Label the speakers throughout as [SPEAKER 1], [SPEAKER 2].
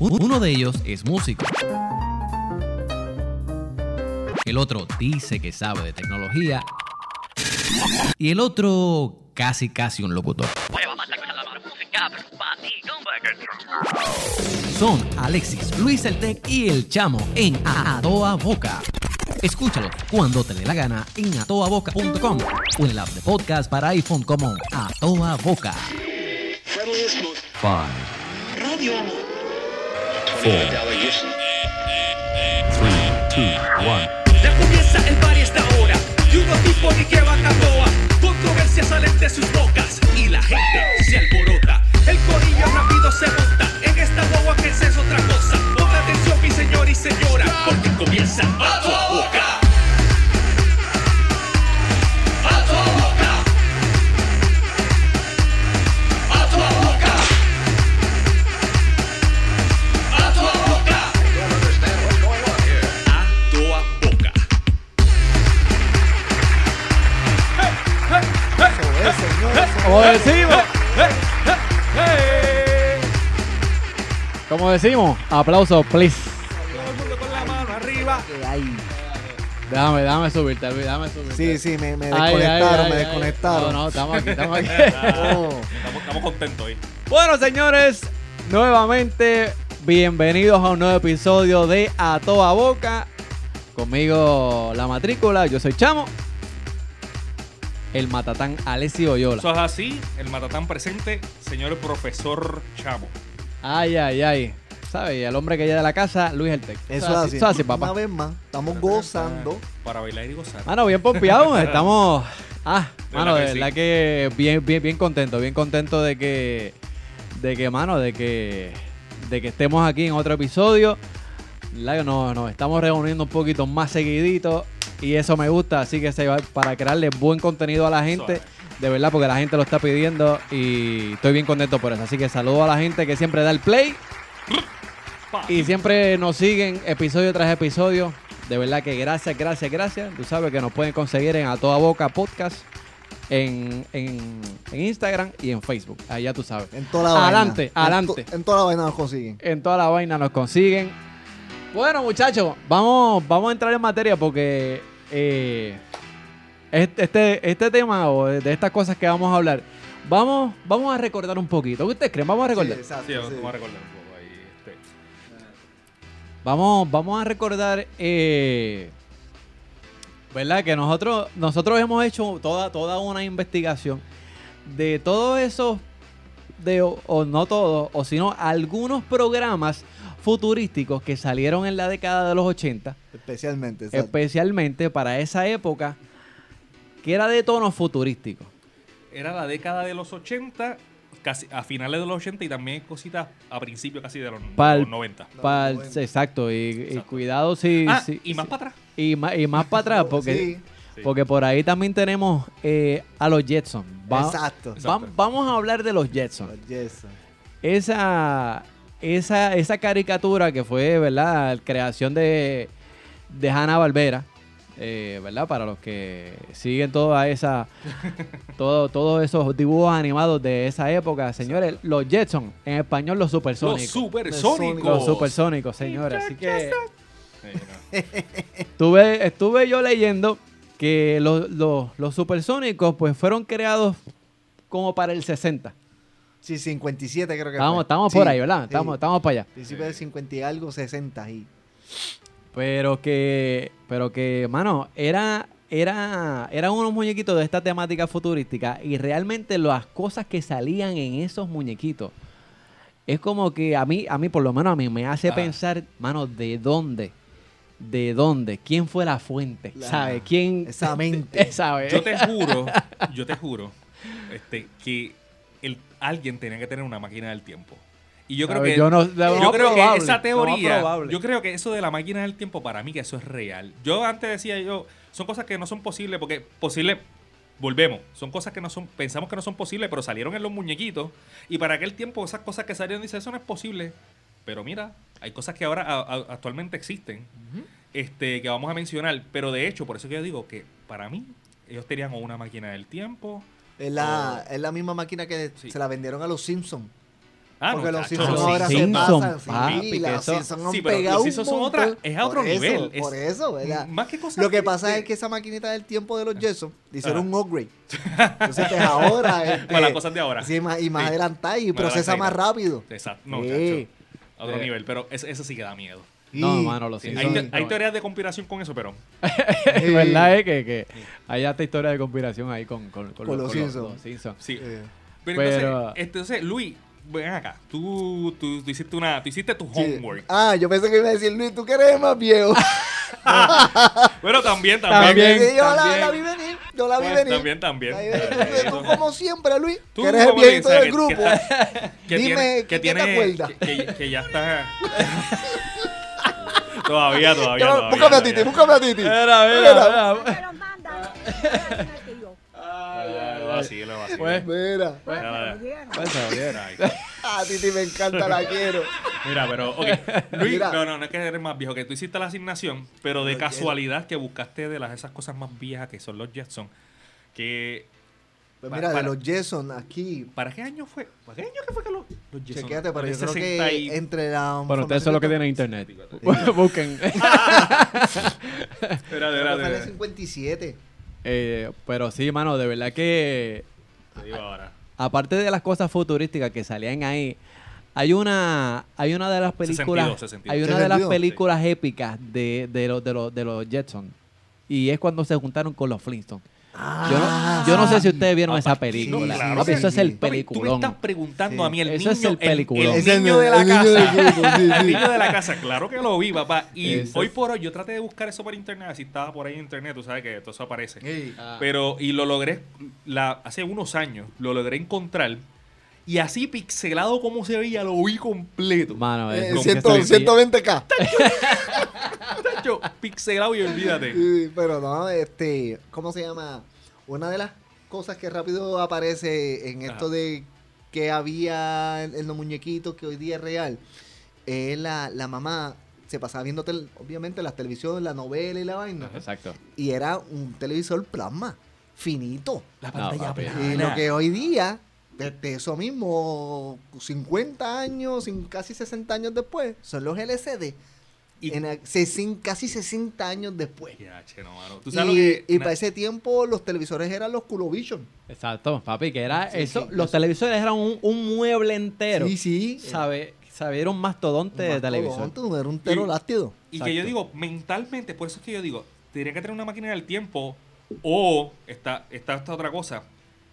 [SPEAKER 1] Uno de ellos es músico. El otro dice que sabe de tecnología. Y el otro casi casi un locutor. Son Alexis, Luis el Tech y el Chamo en A Toa Boca. Escúchalo cuando te dé la gana en atoaboca.com o en el app de podcast para iPhone como A Toa Boca.
[SPEAKER 2] Five,
[SPEAKER 3] Radio Amor.
[SPEAKER 2] four, three, two, one.
[SPEAKER 4] Ya comienza el party esta hora Y uno tipo ni que va a Camoa Controversia salen de sus bocas Y la gente se alborota El corillo rápido se monta En esta guagua que esa es otra cosa Pon atención mi señor y señora Porque comienza a tu boca A tu boca A tu boca A tu boca A tu boca
[SPEAKER 5] Como decimos. Como decimos, aplauso, please. Déjame, déjame subirte, Luis, déjame subirte.
[SPEAKER 6] Sí, sí, me, me
[SPEAKER 5] Ay, ay,
[SPEAKER 6] desconectaron,
[SPEAKER 5] ay,
[SPEAKER 6] me
[SPEAKER 5] ay. No,
[SPEAKER 6] desconectaron.
[SPEAKER 5] no, estamos aquí, estamos aquí.
[SPEAKER 6] Oh,
[SPEAKER 7] Estamos, estamos contentos hoy.
[SPEAKER 5] bueno, señores, nuevamente, bienvenidos a un nuevo episodio de A Toda Boca. Conmigo la matrícula, yo soy Chamo. El matatán Alessio Oyola.
[SPEAKER 7] Eso es así, el matatán presente, señor profesor Chamo.
[SPEAKER 5] Ay, ay, ay. ¿Sabes? El hombre que llega de la casa, Luis El Tec.
[SPEAKER 6] eso es así.
[SPEAKER 5] Eso es así, papá.
[SPEAKER 6] Una vez más, estamos gozando. Ah,
[SPEAKER 7] Para bailar y gozar.
[SPEAKER 5] Mano, bien pompeado, estamos. Ah,
[SPEAKER 7] De
[SPEAKER 5] mano,
[SPEAKER 7] verdad que
[SPEAKER 5] de
[SPEAKER 7] sí.
[SPEAKER 5] verdad que bien, bien, bien contento, bien contento de que. De que, mano, de que. De que estemos aquí en otro episodio. La que Nos, nos estamos reuniendo un poquito más seguidito. Y eso me gusta, así que se va para crearle buen contenido a la gente. De verdad, porque la gente lo está pidiendo y estoy bien contento por eso. Así que saludo a la gente que siempre da el play.
[SPEAKER 7] Pa.
[SPEAKER 5] Y siempre nos siguen episodio tras episodio. De verdad que gracias, gracias, gracias. Tú sabes que nos pueden conseguir en A Toda Boca Podcast, en, en- en Instagram y en Facebook. Allá tú sabes.
[SPEAKER 6] En toda la
[SPEAKER 5] Adelante,
[SPEAKER 6] vaina. En
[SPEAKER 5] adelante.
[SPEAKER 6] to- En, toda la vaina nos consiguen.
[SPEAKER 5] En toda la vaina nos consiguen. Bueno, muchachos, vamos, vamos a entrar en materia porque eh, este, este, este tema o de estas cosas que vamos a hablar, vamos, vamos a recordar un poquito. ¿Qué ustedes creen? Vamos a recordar.
[SPEAKER 6] Sí, exacto,
[SPEAKER 7] Sí, vamos
[SPEAKER 6] sí.
[SPEAKER 7] a recordar un poco ahí. este.
[SPEAKER 5] Vamos, vamos a recordar, eh, ¿verdad? Que nosotros, nosotros hemos hecho toda, toda una investigación de todos esos, de, o, o no todos, o sino algunos programas futurísticos que salieron en la década de los 80,
[SPEAKER 6] Especialmente. exacto.
[SPEAKER 5] especialmente para esa época, que era de tono futurístico.
[SPEAKER 7] Era la década de los 80, casi a finales de los 80 y también cositas a principio casi de los, de
[SPEAKER 5] Pa'l-
[SPEAKER 7] los 90.
[SPEAKER 5] Pa'l-
[SPEAKER 6] bueno.
[SPEAKER 5] exacto, y, y
[SPEAKER 7] Exacto.
[SPEAKER 5] cuidado si...
[SPEAKER 7] ah,
[SPEAKER 5] si-
[SPEAKER 7] y más
[SPEAKER 5] si-
[SPEAKER 7] para atrás.
[SPEAKER 5] y más, y más para atrás, porque...
[SPEAKER 6] Sí,
[SPEAKER 7] Sí.
[SPEAKER 5] Porque por ahí también tenemos eh, a los Jetson. Va-
[SPEAKER 6] exacto.
[SPEAKER 5] va- vamos a hablar de los Jetson.
[SPEAKER 6] Yes.
[SPEAKER 5] Esa, esa, esa caricatura que fue, ¿verdad? Creación de, de Hanna Barbera. eh, ¿Verdad? Para los que siguen toda esa, todo, todos esos dibujos animados de esa época, señores, los Jetson, en español los
[SPEAKER 7] Los
[SPEAKER 5] supersónicos.
[SPEAKER 7] supersónicos.
[SPEAKER 5] Los supersónicos, señores. Así que
[SPEAKER 7] Sí, no.
[SPEAKER 5] Estuve, estuve yo leyendo que los, los, los supersónicos pues fueron creados como para el 60.
[SPEAKER 6] Sí, 57 creo que
[SPEAKER 5] Estamos,
[SPEAKER 6] fue.
[SPEAKER 5] estamos
[SPEAKER 6] Sí,
[SPEAKER 5] por ahí, ¿verdad?
[SPEAKER 6] sí.
[SPEAKER 5] Estamos, estamos para allá.
[SPEAKER 6] Principio de 50 y algo, 60 y...
[SPEAKER 5] Pero que, pero que, mano, era, era, eran unos muñequitos de esta temática futurística y realmente las cosas que salían en esos muñequitos es como que a mí, a mí por lo menos a mí me hace
[SPEAKER 7] Ah.
[SPEAKER 5] pensar, mano, ¿de dónde? ¿De dónde? ¿Quién fue la fuente?
[SPEAKER 6] La-
[SPEAKER 5] ¿Sabe? ¿Quién?
[SPEAKER 6] esa mente.
[SPEAKER 5] ¿Sabe?
[SPEAKER 7] Yo te juro, yo te juro, este, que el, alguien tenía que tener una máquina del tiempo. Y yo creo
[SPEAKER 5] ¿Sabe?
[SPEAKER 7] que
[SPEAKER 5] Yo no-
[SPEAKER 7] yo
[SPEAKER 5] lo más
[SPEAKER 7] creo
[SPEAKER 5] probable,
[SPEAKER 7] que esa
[SPEAKER 5] lo más
[SPEAKER 7] teoría,
[SPEAKER 5] probable.
[SPEAKER 7] yo creo que eso de la máquina del tiempo para mí que eso es real. Yo antes decía yo, son cosas que no son posibles porque posible volvemos, son cosas que no son pensamos que no son posibles, pero salieron en los muñequitos y para aquel tiempo esas cosas que salieron dice, eso no es posible. Pero mira, hay cosas que ahora a- a- actualmente existen este, que vamos a mencionar, pero de hecho, por eso que yo digo que para mí, ellos tenían o una máquina del tiempo.
[SPEAKER 6] Es la, es la misma máquina que
[SPEAKER 7] Sí.
[SPEAKER 6] se la vendieron a los Simpsons.
[SPEAKER 7] Ah,
[SPEAKER 6] Porque
[SPEAKER 7] no,
[SPEAKER 6] los
[SPEAKER 7] chacho,
[SPEAKER 6] Simpsons
[SPEAKER 5] los
[SPEAKER 6] ahora
[SPEAKER 5] Simpsons,
[SPEAKER 6] se pasan sin
[SPEAKER 7] Ah,
[SPEAKER 5] papi,
[SPEAKER 6] mil,
[SPEAKER 5] que
[SPEAKER 6] Los
[SPEAKER 5] eso-
[SPEAKER 6] Simpsons han
[SPEAKER 7] Sí, pero los
[SPEAKER 6] pegado un
[SPEAKER 7] Simpsons son
[SPEAKER 6] montón.
[SPEAKER 7] otra- es a otro
[SPEAKER 6] Por eso,
[SPEAKER 7] nivel, es-
[SPEAKER 6] Por eso, ¿verdad?
[SPEAKER 7] Más que Ah. cosas
[SPEAKER 6] Lo que
[SPEAKER 7] tristes.
[SPEAKER 6] pasa es que esa maquinita del tiempo de los Jetson le hicieron un upgrade. Entonces, pues, ahora. este,
[SPEAKER 7] Con las cosas de ahora.
[SPEAKER 6] sí, más- y más
[SPEAKER 7] Sí.
[SPEAKER 6] adelantada y
[SPEAKER 7] Más
[SPEAKER 6] procesa más
[SPEAKER 7] adelantada.
[SPEAKER 6] rápido.
[SPEAKER 7] Exacto. No,
[SPEAKER 6] Sí.
[SPEAKER 7] chacho. A otro
[SPEAKER 5] Eh.
[SPEAKER 7] nivel, pero eso, eso sí que da miedo.
[SPEAKER 5] No,
[SPEAKER 6] Y-
[SPEAKER 5] mano, los
[SPEAKER 7] Sí,
[SPEAKER 5] Simpsons.
[SPEAKER 7] hay, te-
[SPEAKER 5] no.
[SPEAKER 7] hay teorías de conspiración con eso, pero
[SPEAKER 5] Es verdad es que, que hay hasta historia de conspiración ahí con, con,
[SPEAKER 6] Con los Simpsons.
[SPEAKER 5] Simpsons.
[SPEAKER 7] sí.
[SPEAKER 6] eh,
[SPEAKER 7] Pero,
[SPEAKER 5] Pero-
[SPEAKER 7] Entonces, entonces, Luis, ven acá. Tú, tú, tú hiciste una, tú hiciste tu
[SPEAKER 6] sí.
[SPEAKER 7] homework.
[SPEAKER 6] Ah, yo pensé que iba a decir, Luis, tú que eres más viejo.
[SPEAKER 7] Bueno, también, también.
[SPEAKER 5] También,
[SPEAKER 6] Sí, yo La,
[SPEAKER 5] también.
[SPEAKER 6] la vi venir, yo la vi
[SPEAKER 7] Pues,
[SPEAKER 6] venir.
[SPEAKER 7] también, también. Eh,
[SPEAKER 6] La vi venir. Tú, como siempre, Luis,
[SPEAKER 7] Tú,
[SPEAKER 6] que eres el
[SPEAKER 7] ¿cómo le
[SPEAKER 6] viejito
[SPEAKER 7] dices?
[SPEAKER 6] del
[SPEAKER 7] Que-
[SPEAKER 6] grupo.
[SPEAKER 7] que
[SPEAKER 6] Dime,
[SPEAKER 7] tiene-
[SPEAKER 6] ¿qué te
[SPEAKER 7] tiene-
[SPEAKER 6] acuerdas?
[SPEAKER 7] Que, que- que ya está. todavía, todavía,
[SPEAKER 6] Yo-
[SPEAKER 7] todavía.
[SPEAKER 6] Búscame a Titi,
[SPEAKER 7] todavía.
[SPEAKER 6] búscame a Titi.
[SPEAKER 5] Mira, mira, mira.
[SPEAKER 6] Mira.
[SPEAKER 7] Ah, vacilo, vacilo.
[SPEAKER 5] Pues,
[SPEAKER 6] Mira.
[SPEAKER 7] Ah,
[SPEAKER 5] pues, se jodieron.
[SPEAKER 7] ahí.
[SPEAKER 6] Ah, Titi me encanta, la quiero.
[SPEAKER 7] Mira, pero, ok. Luis,
[SPEAKER 6] Mira.
[SPEAKER 7] no, no, no es que eres más viejo, que tú hiciste la asignación, pero de
[SPEAKER 6] Los
[SPEAKER 7] casualidad que buscaste de las esas cosas más viejas que son los Jetson. Que,
[SPEAKER 6] Pues
[SPEAKER 7] Pa-
[SPEAKER 6] mira, de
[SPEAKER 7] para-
[SPEAKER 6] los Jason aquí,
[SPEAKER 7] ¿Para qué año fue? ¿Para qué año que fue que los, los Jetson?
[SPEAKER 6] chequéate, pero
[SPEAKER 7] Del
[SPEAKER 6] yo creo
[SPEAKER 7] 60 y-
[SPEAKER 6] que entre la.
[SPEAKER 5] Bueno, ustedes son los que tienen internet. Busquen.
[SPEAKER 7] Espérate,
[SPEAKER 6] Creo
[SPEAKER 7] espérate,
[SPEAKER 6] que fue en el
[SPEAKER 7] espérate.
[SPEAKER 6] 57.
[SPEAKER 5] Eh, pero sí, mano, de verdad que
[SPEAKER 7] Te digo ahora.
[SPEAKER 5] aparte de las cosas futurísticas que salían ahí, hay una, hay una de las películas,
[SPEAKER 7] 62, 62.
[SPEAKER 5] hay una de las
[SPEAKER 6] 62,
[SPEAKER 5] películas épicas de, de los de los de los Jetson y es cuando se juntaron con los Flintstones. Yo no, yo no sé si ustedes vieron
[SPEAKER 7] Ah,
[SPEAKER 5] esa
[SPEAKER 7] papi,
[SPEAKER 5] película.
[SPEAKER 7] no, claro
[SPEAKER 5] Papi,
[SPEAKER 7] que
[SPEAKER 5] eso es
[SPEAKER 6] sí.
[SPEAKER 5] el
[SPEAKER 7] Papi, Tú
[SPEAKER 5] peliculón.
[SPEAKER 7] me estás preguntando
[SPEAKER 6] Sí.
[SPEAKER 7] a mí el
[SPEAKER 5] Ese
[SPEAKER 7] niño.
[SPEAKER 5] es el peliculón.
[SPEAKER 7] El,
[SPEAKER 6] Ese
[SPEAKER 7] niño
[SPEAKER 6] no,
[SPEAKER 7] de la
[SPEAKER 6] el niño
[SPEAKER 7] casa.
[SPEAKER 6] del grupo, sí,
[SPEAKER 7] El
[SPEAKER 6] sí.
[SPEAKER 7] niño de la casa, claro que lo vi, papá. Y
[SPEAKER 5] Ese
[SPEAKER 7] hoy
[SPEAKER 5] es-
[SPEAKER 7] por hoy yo traté de buscar eso por internet, así estaba por ahí en internet, tú sabes que todo eso aparece.
[SPEAKER 6] Ey.
[SPEAKER 7] Ah. Pero, y lo logré, la, hace unos años, lo logré encontrar. Y así pixelado como se veía, lo vi completo.
[SPEAKER 5] Mano,
[SPEAKER 6] Eh,
[SPEAKER 5] es- es que
[SPEAKER 6] 100,
[SPEAKER 5] estoy-
[SPEAKER 6] 120k.
[SPEAKER 7] Tacho, pixelado y olvídate.
[SPEAKER 6] Sí, Pero no, este, ¿cómo se llama? Una de las cosas que rápido aparece en esto
[SPEAKER 7] Ajá.
[SPEAKER 6] de que había en en los muñequitos que hoy día es real, es la, la mamá se pasaba viendo, tel- obviamente, las televisiones, la novela y la vaina,
[SPEAKER 5] Exacto.
[SPEAKER 6] y era un televisor plasma, finito.
[SPEAKER 7] La
[SPEAKER 5] No,
[SPEAKER 7] pantalla
[SPEAKER 5] papi.
[SPEAKER 7] plana.
[SPEAKER 6] Y lo que hoy día, desde eso mismo, 50 años, sin- casi 60 años después, son los LCD.
[SPEAKER 7] Y-
[SPEAKER 6] En el- sesen- casi 60 años después.
[SPEAKER 7] Ya, che, no, mano. Tú
[SPEAKER 6] Y,
[SPEAKER 7] sabes lo que.
[SPEAKER 6] y
[SPEAKER 7] na-
[SPEAKER 6] para ese tiempo los televisores eran los Culovision.
[SPEAKER 5] Exacto, papi, que era
[SPEAKER 6] Sí,
[SPEAKER 5] eso,
[SPEAKER 6] sí,
[SPEAKER 5] los
[SPEAKER 6] eso.
[SPEAKER 5] televisores eran un, un mueble entero.
[SPEAKER 6] sí.
[SPEAKER 5] Sabe, sabieron mastodonte de televisión.
[SPEAKER 6] Era un terolástido.
[SPEAKER 7] Y que yo
[SPEAKER 5] Exacto.
[SPEAKER 7] digo, mentalmente, por eso es que yo digo, tendría que tener una máquina del tiempo o está, está esta otra cosa.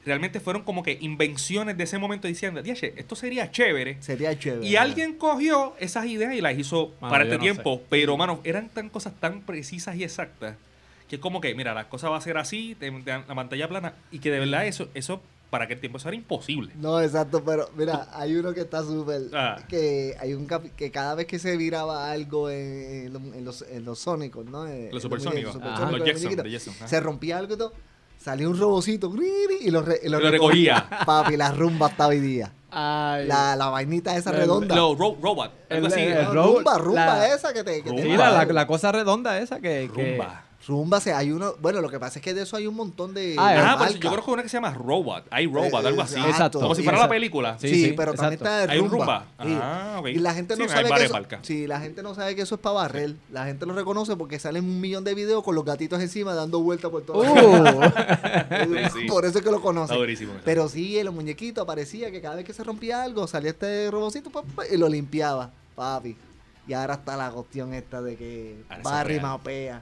[SPEAKER 7] Realmente fueron como que invenciones de ese momento diciendo, "Diache, esto sería chévere.
[SPEAKER 6] Sería chévere.
[SPEAKER 7] Y alguien cogió esas ideas y las hizo
[SPEAKER 5] Mano,
[SPEAKER 7] para
[SPEAKER 5] yo
[SPEAKER 7] este
[SPEAKER 5] no
[SPEAKER 7] tiempo.
[SPEAKER 5] sé.
[SPEAKER 7] Pero, mano, eran tan cosas tan precisas y exactas que es como que, mira, la cosa va a ser así, te- te dan la pantalla plana. Y que de verdad eso, eso para aquel tiempo eso era imposible.
[SPEAKER 6] No, exacto, pero mira, hay uno que está súper.
[SPEAKER 7] Ah.
[SPEAKER 6] Que hay un capi- que cada vez que se viraba algo en, en lo- en los, en los sónicos, ¿no? En- en
[SPEAKER 7] Los
[SPEAKER 6] muñecos,
[SPEAKER 7] supersónicos.
[SPEAKER 6] los
[SPEAKER 5] Ajá.
[SPEAKER 6] supersónicos,
[SPEAKER 7] Los
[SPEAKER 6] los
[SPEAKER 7] Jackson,
[SPEAKER 6] muñequitos.
[SPEAKER 7] los Jackson, ajá.
[SPEAKER 6] Se rompía algo y todo. Salía un robocito gri, gri, y lo, re- y lo
[SPEAKER 7] Lo recogía.
[SPEAKER 6] Papi, la rumba hasta hoy día.
[SPEAKER 5] Ay.
[SPEAKER 6] La, la vainita esa
[SPEAKER 5] La-
[SPEAKER 6] redonda.
[SPEAKER 7] Los ro- robot, algo
[SPEAKER 5] El-
[SPEAKER 7] así.
[SPEAKER 5] el-
[SPEAKER 6] La
[SPEAKER 5] ro-
[SPEAKER 6] rumba, rumba
[SPEAKER 5] la-
[SPEAKER 6] esa que te. que te-
[SPEAKER 5] Sí, la, la- la cosa redonda esa que... que-
[SPEAKER 7] Rumba.
[SPEAKER 6] Rumba, se, hay uno. Bueno, lo que pasa es que de eso hay un montón de.
[SPEAKER 5] Ah,
[SPEAKER 6] de
[SPEAKER 7] Ah, por
[SPEAKER 6] marcas.
[SPEAKER 7] eso yo conozco una que se llama Robot. Hay Robot,
[SPEAKER 6] Eh,
[SPEAKER 7] algo así.
[SPEAKER 5] exacto.
[SPEAKER 7] Como si fuera la
[SPEAKER 5] Exacto.
[SPEAKER 7] película.
[SPEAKER 5] Sí,
[SPEAKER 6] Sí,
[SPEAKER 5] sí,
[SPEAKER 6] pero también
[SPEAKER 5] exacto.
[SPEAKER 6] está de
[SPEAKER 7] Hay un
[SPEAKER 6] rumba.
[SPEAKER 7] rumba. Ah, ok.
[SPEAKER 6] Y la gente
[SPEAKER 7] Sí,
[SPEAKER 6] no
[SPEAKER 7] hay
[SPEAKER 6] sabe que
[SPEAKER 7] varias
[SPEAKER 6] eso,
[SPEAKER 7] marcas.
[SPEAKER 6] sí, la gente no sabe que eso es para barrer. La gente lo reconoce porque salen un millón de videos con los gatitos encima dando vueltas por todo.
[SPEAKER 5] Uh.
[SPEAKER 7] Sí, sí.
[SPEAKER 6] Por eso es que lo
[SPEAKER 7] Está
[SPEAKER 6] conocen.
[SPEAKER 7] durísimo. eso.
[SPEAKER 6] Pero sí, en los muñequitos aparecía que cada vez que se rompía algo, salía este robocito pa, pa, y lo limpiaba, papi. Y ahora está la cuestión esta de que
[SPEAKER 7] Ahora eso es
[SPEAKER 6] Barry
[SPEAKER 7] real.
[SPEAKER 6] mapea.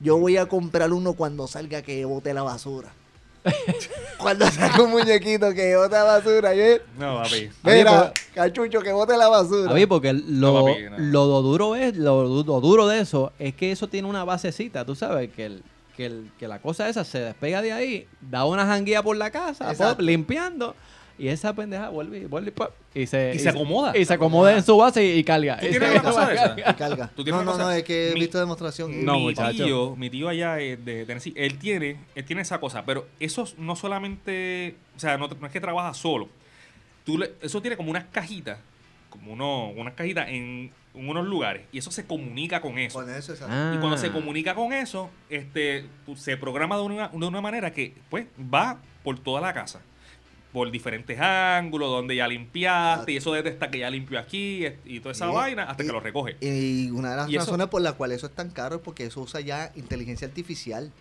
[SPEAKER 6] Yo voy a comprar uno cuando salga que bote la basura. cuando salga un muñequito que bote la basura, yo,
[SPEAKER 7] No, papi.
[SPEAKER 6] mira, cachucho, que bote la basura.
[SPEAKER 5] A mí, porque lo,
[SPEAKER 7] No, papi, no.
[SPEAKER 5] lo duro es, lo, du- lo duro de eso es que eso tiene una basecita, tú sabes, que el, que, el- que la cosa esa se despega de ahí, da una janguía por la casa, pop,
[SPEAKER 6] Exacto.
[SPEAKER 5] limpiando, y esa pendeja vuelve y vuelve y, pop, y se,
[SPEAKER 7] Y se acomoda.
[SPEAKER 5] Y se acomoda en su base y, y carga. Este,
[SPEAKER 7] ¿Tú
[SPEAKER 5] Y
[SPEAKER 7] tienes
[SPEAKER 5] se-
[SPEAKER 7] una cosa de esa?
[SPEAKER 6] Y carga.
[SPEAKER 7] ¿Tú tienes
[SPEAKER 6] No,
[SPEAKER 7] una
[SPEAKER 6] no,
[SPEAKER 7] cosa?
[SPEAKER 6] no, es que he
[SPEAKER 7] Mi-
[SPEAKER 6] visto demostración.
[SPEAKER 5] No,
[SPEAKER 7] Eh, mi
[SPEAKER 5] muchacho.
[SPEAKER 7] Tío, mi tío allá eh, de Tennessee, él tiene, él tiene esa cosa, pero eso no solamente, o sea, no, no es que trabaja solo. Tú le- eso tiene como unas cajitas, como uno, unas cajitas en, en unos lugares, y eso se comunica con eso.
[SPEAKER 6] Con eso, exacto.
[SPEAKER 5] Ah.
[SPEAKER 7] Y cuando se comunica con eso, este, tú- se programa de una, de una manera que pues va por toda la casa. por diferentes ángulos, donde ya limpiaste, y eso detecta que ya limpió aquí et- y toda esa
[SPEAKER 6] Sí.
[SPEAKER 7] vaina hasta
[SPEAKER 6] Y-
[SPEAKER 7] que lo recoge.
[SPEAKER 6] Y una de las
[SPEAKER 7] ¿Y eso?
[SPEAKER 6] razones por la cual eso es tan caro es porque eso usa ya inteligencia artificial.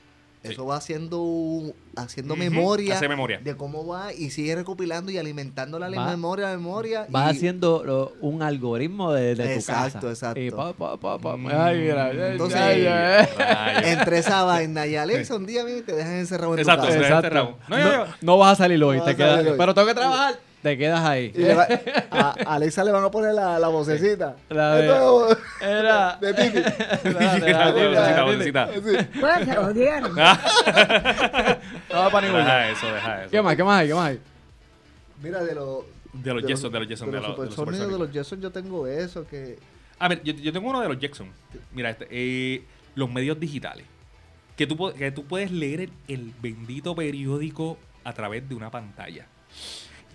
[SPEAKER 7] Sí.
[SPEAKER 6] Eso va haciendo, haciendo
[SPEAKER 7] Ujú,
[SPEAKER 6] memoria,
[SPEAKER 7] hace memoria.
[SPEAKER 6] de cómo va y sigue recopilando y alimentando la
[SPEAKER 5] Va-
[SPEAKER 6] memoria, la memoria.
[SPEAKER 5] Va
[SPEAKER 6] y-
[SPEAKER 5] haciendo lo- un algoritmo de, de
[SPEAKER 6] Exacto,
[SPEAKER 5] tu casa.
[SPEAKER 6] exacto. Mm,
[SPEAKER 5] Y pa, pa, pa, pa. Ay, mira, ay,
[SPEAKER 6] Entonces-
[SPEAKER 5] ay, ay.
[SPEAKER 7] Rayos.
[SPEAKER 6] Entre esa vaina y Alexa, un día viene y te dejan encerrado en
[SPEAKER 7] Exacto,
[SPEAKER 6] tu casa.
[SPEAKER 7] exacto.
[SPEAKER 5] Exacto.
[SPEAKER 7] este No, yo- yo-
[SPEAKER 5] no vas a salir hoy,
[SPEAKER 6] No vas
[SPEAKER 5] te
[SPEAKER 6] a salir
[SPEAKER 5] quedas.
[SPEAKER 6] hoy.
[SPEAKER 5] Pero tengo que trabajar. Te quedas ahí.
[SPEAKER 6] Y le va- a a Alexa le van a poner la, la vocecita.
[SPEAKER 5] La de-
[SPEAKER 6] Esto-
[SPEAKER 5] Era.
[SPEAKER 6] de Titi.
[SPEAKER 7] Era vocecita, vocecita.
[SPEAKER 3] Puedes odiar.
[SPEAKER 6] Ah.
[SPEAKER 5] No va para ningún lado.
[SPEAKER 7] Deja eso, deja eso.
[SPEAKER 5] ¿Qué más? ¿Qué más hay? ¿Qué más hay?
[SPEAKER 6] Mira, de, lo-
[SPEAKER 7] De los Jetson, de los Jetson,
[SPEAKER 6] de
[SPEAKER 7] de
[SPEAKER 6] los
[SPEAKER 7] los- de los
[SPEAKER 6] supersónicos,
[SPEAKER 7] supersónicos.
[SPEAKER 6] de los Jetson yo tengo eso que...
[SPEAKER 7] A ver, yo, yo tengo uno de los Jackson. Mira, este, eh, los medios digitales. Que tú, po- que tú puedes leer el, el bendito periódico a través de una pantalla.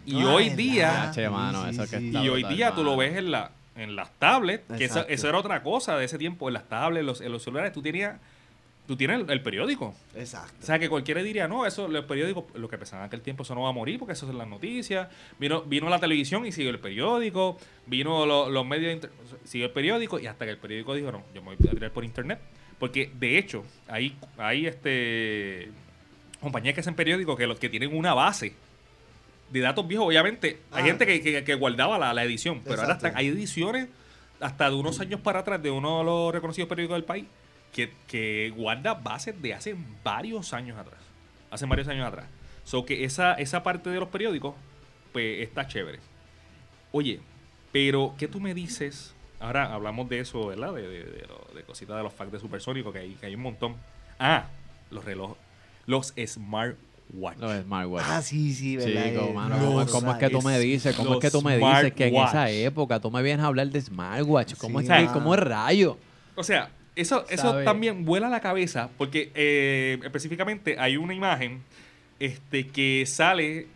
[SPEAKER 7] Y
[SPEAKER 6] Ah,
[SPEAKER 7] hoy
[SPEAKER 6] ¿verdad?
[SPEAKER 7] día,
[SPEAKER 5] Che, mano,
[SPEAKER 6] Sí,
[SPEAKER 5] eso
[SPEAKER 6] sí,
[SPEAKER 5] que
[SPEAKER 6] sí.
[SPEAKER 5] está
[SPEAKER 7] y hoy
[SPEAKER 5] brutal,
[SPEAKER 7] día tú lo
[SPEAKER 5] mano.
[SPEAKER 7] ves en, la, en las tablets, que eso,
[SPEAKER 6] Exacto.
[SPEAKER 7] eso era otra cosa de ese tiempo, en las tablets, los, en los celulares, tú tenías, tú tienes el, el periódico.
[SPEAKER 6] Exacto.
[SPEAKER 7] O sea, que cualquiera diría, no, eso, los periódicos, lo que pensaban en aquel tiempo, eso no va a morir porque eso son las noticias. Vino, vino la televisión y siguió el periódico. Vino lo- los medios, de inter- siguió el periódico y hasta que el periódico dijo, no, yo me voy a tirar por internet. Porque, de hecho, hay, hay este, compañías que hacen periódicos que, los que tienen una base de datos viejos, obviamente. Hay
[SPEAKER 6] Ah.
[SPEAKER 7] gente que, que- que guardaba la, la edición, pero ahora
[SPEAKER 6] Exacto.
[SPEAKER 7] están- hay ediciones hasta de unos años para atrás de uno de los reconocidos periódicos del país que, que guarda bases de hace varios años atrás. Hace varios años atrás. So que esa, esa parte de los periódicos, pues está chévere. Oye, pero ¿qué tú me dices? Ahora hablamos de eso, ¿verdad? De, de, de, lo- de cositas de los facts de supersónico que hay, que hay un montón. Ah, los relojes. Los smartwatch.
[SPEAKER 5] Los smartwatch.
[SPEAKER 6] Ah, sí, sí, ¿verdad?
[SPEAKER 5] Chico,
[SPEAKER 6] Eh,
[SPEAKER 5] mano,
[SPEAKER 6] no,
[SPEAKER 5] ¿cómo,
[SPEAKER 6] o
[SPEAKER 5] cómo es
[SPEAKER 6] sea,
[SPEAKER 5] que tú me dices? ¿Cómo es que tú me
[SPEAKER 7] los
[SPEAKER 5] dices que en
[SPEAKER 7] smartwatch.
[SPEAKER 5] esa época tú me vienes a hablar de smartwatch? ¿Cómo
[SPEAKER 6] Sí,
[SPEAKER 5] es que,
[SPEAKER 6] mano.
[SPEAKER 5] cómo es rayo?
[SPEAKER 7] O sea, eso, eso
[SPEAKER 5] Sabe.
[SPEAKER 7] también vuela la cabeza porque eh, específicamente hay una imagen este, que sale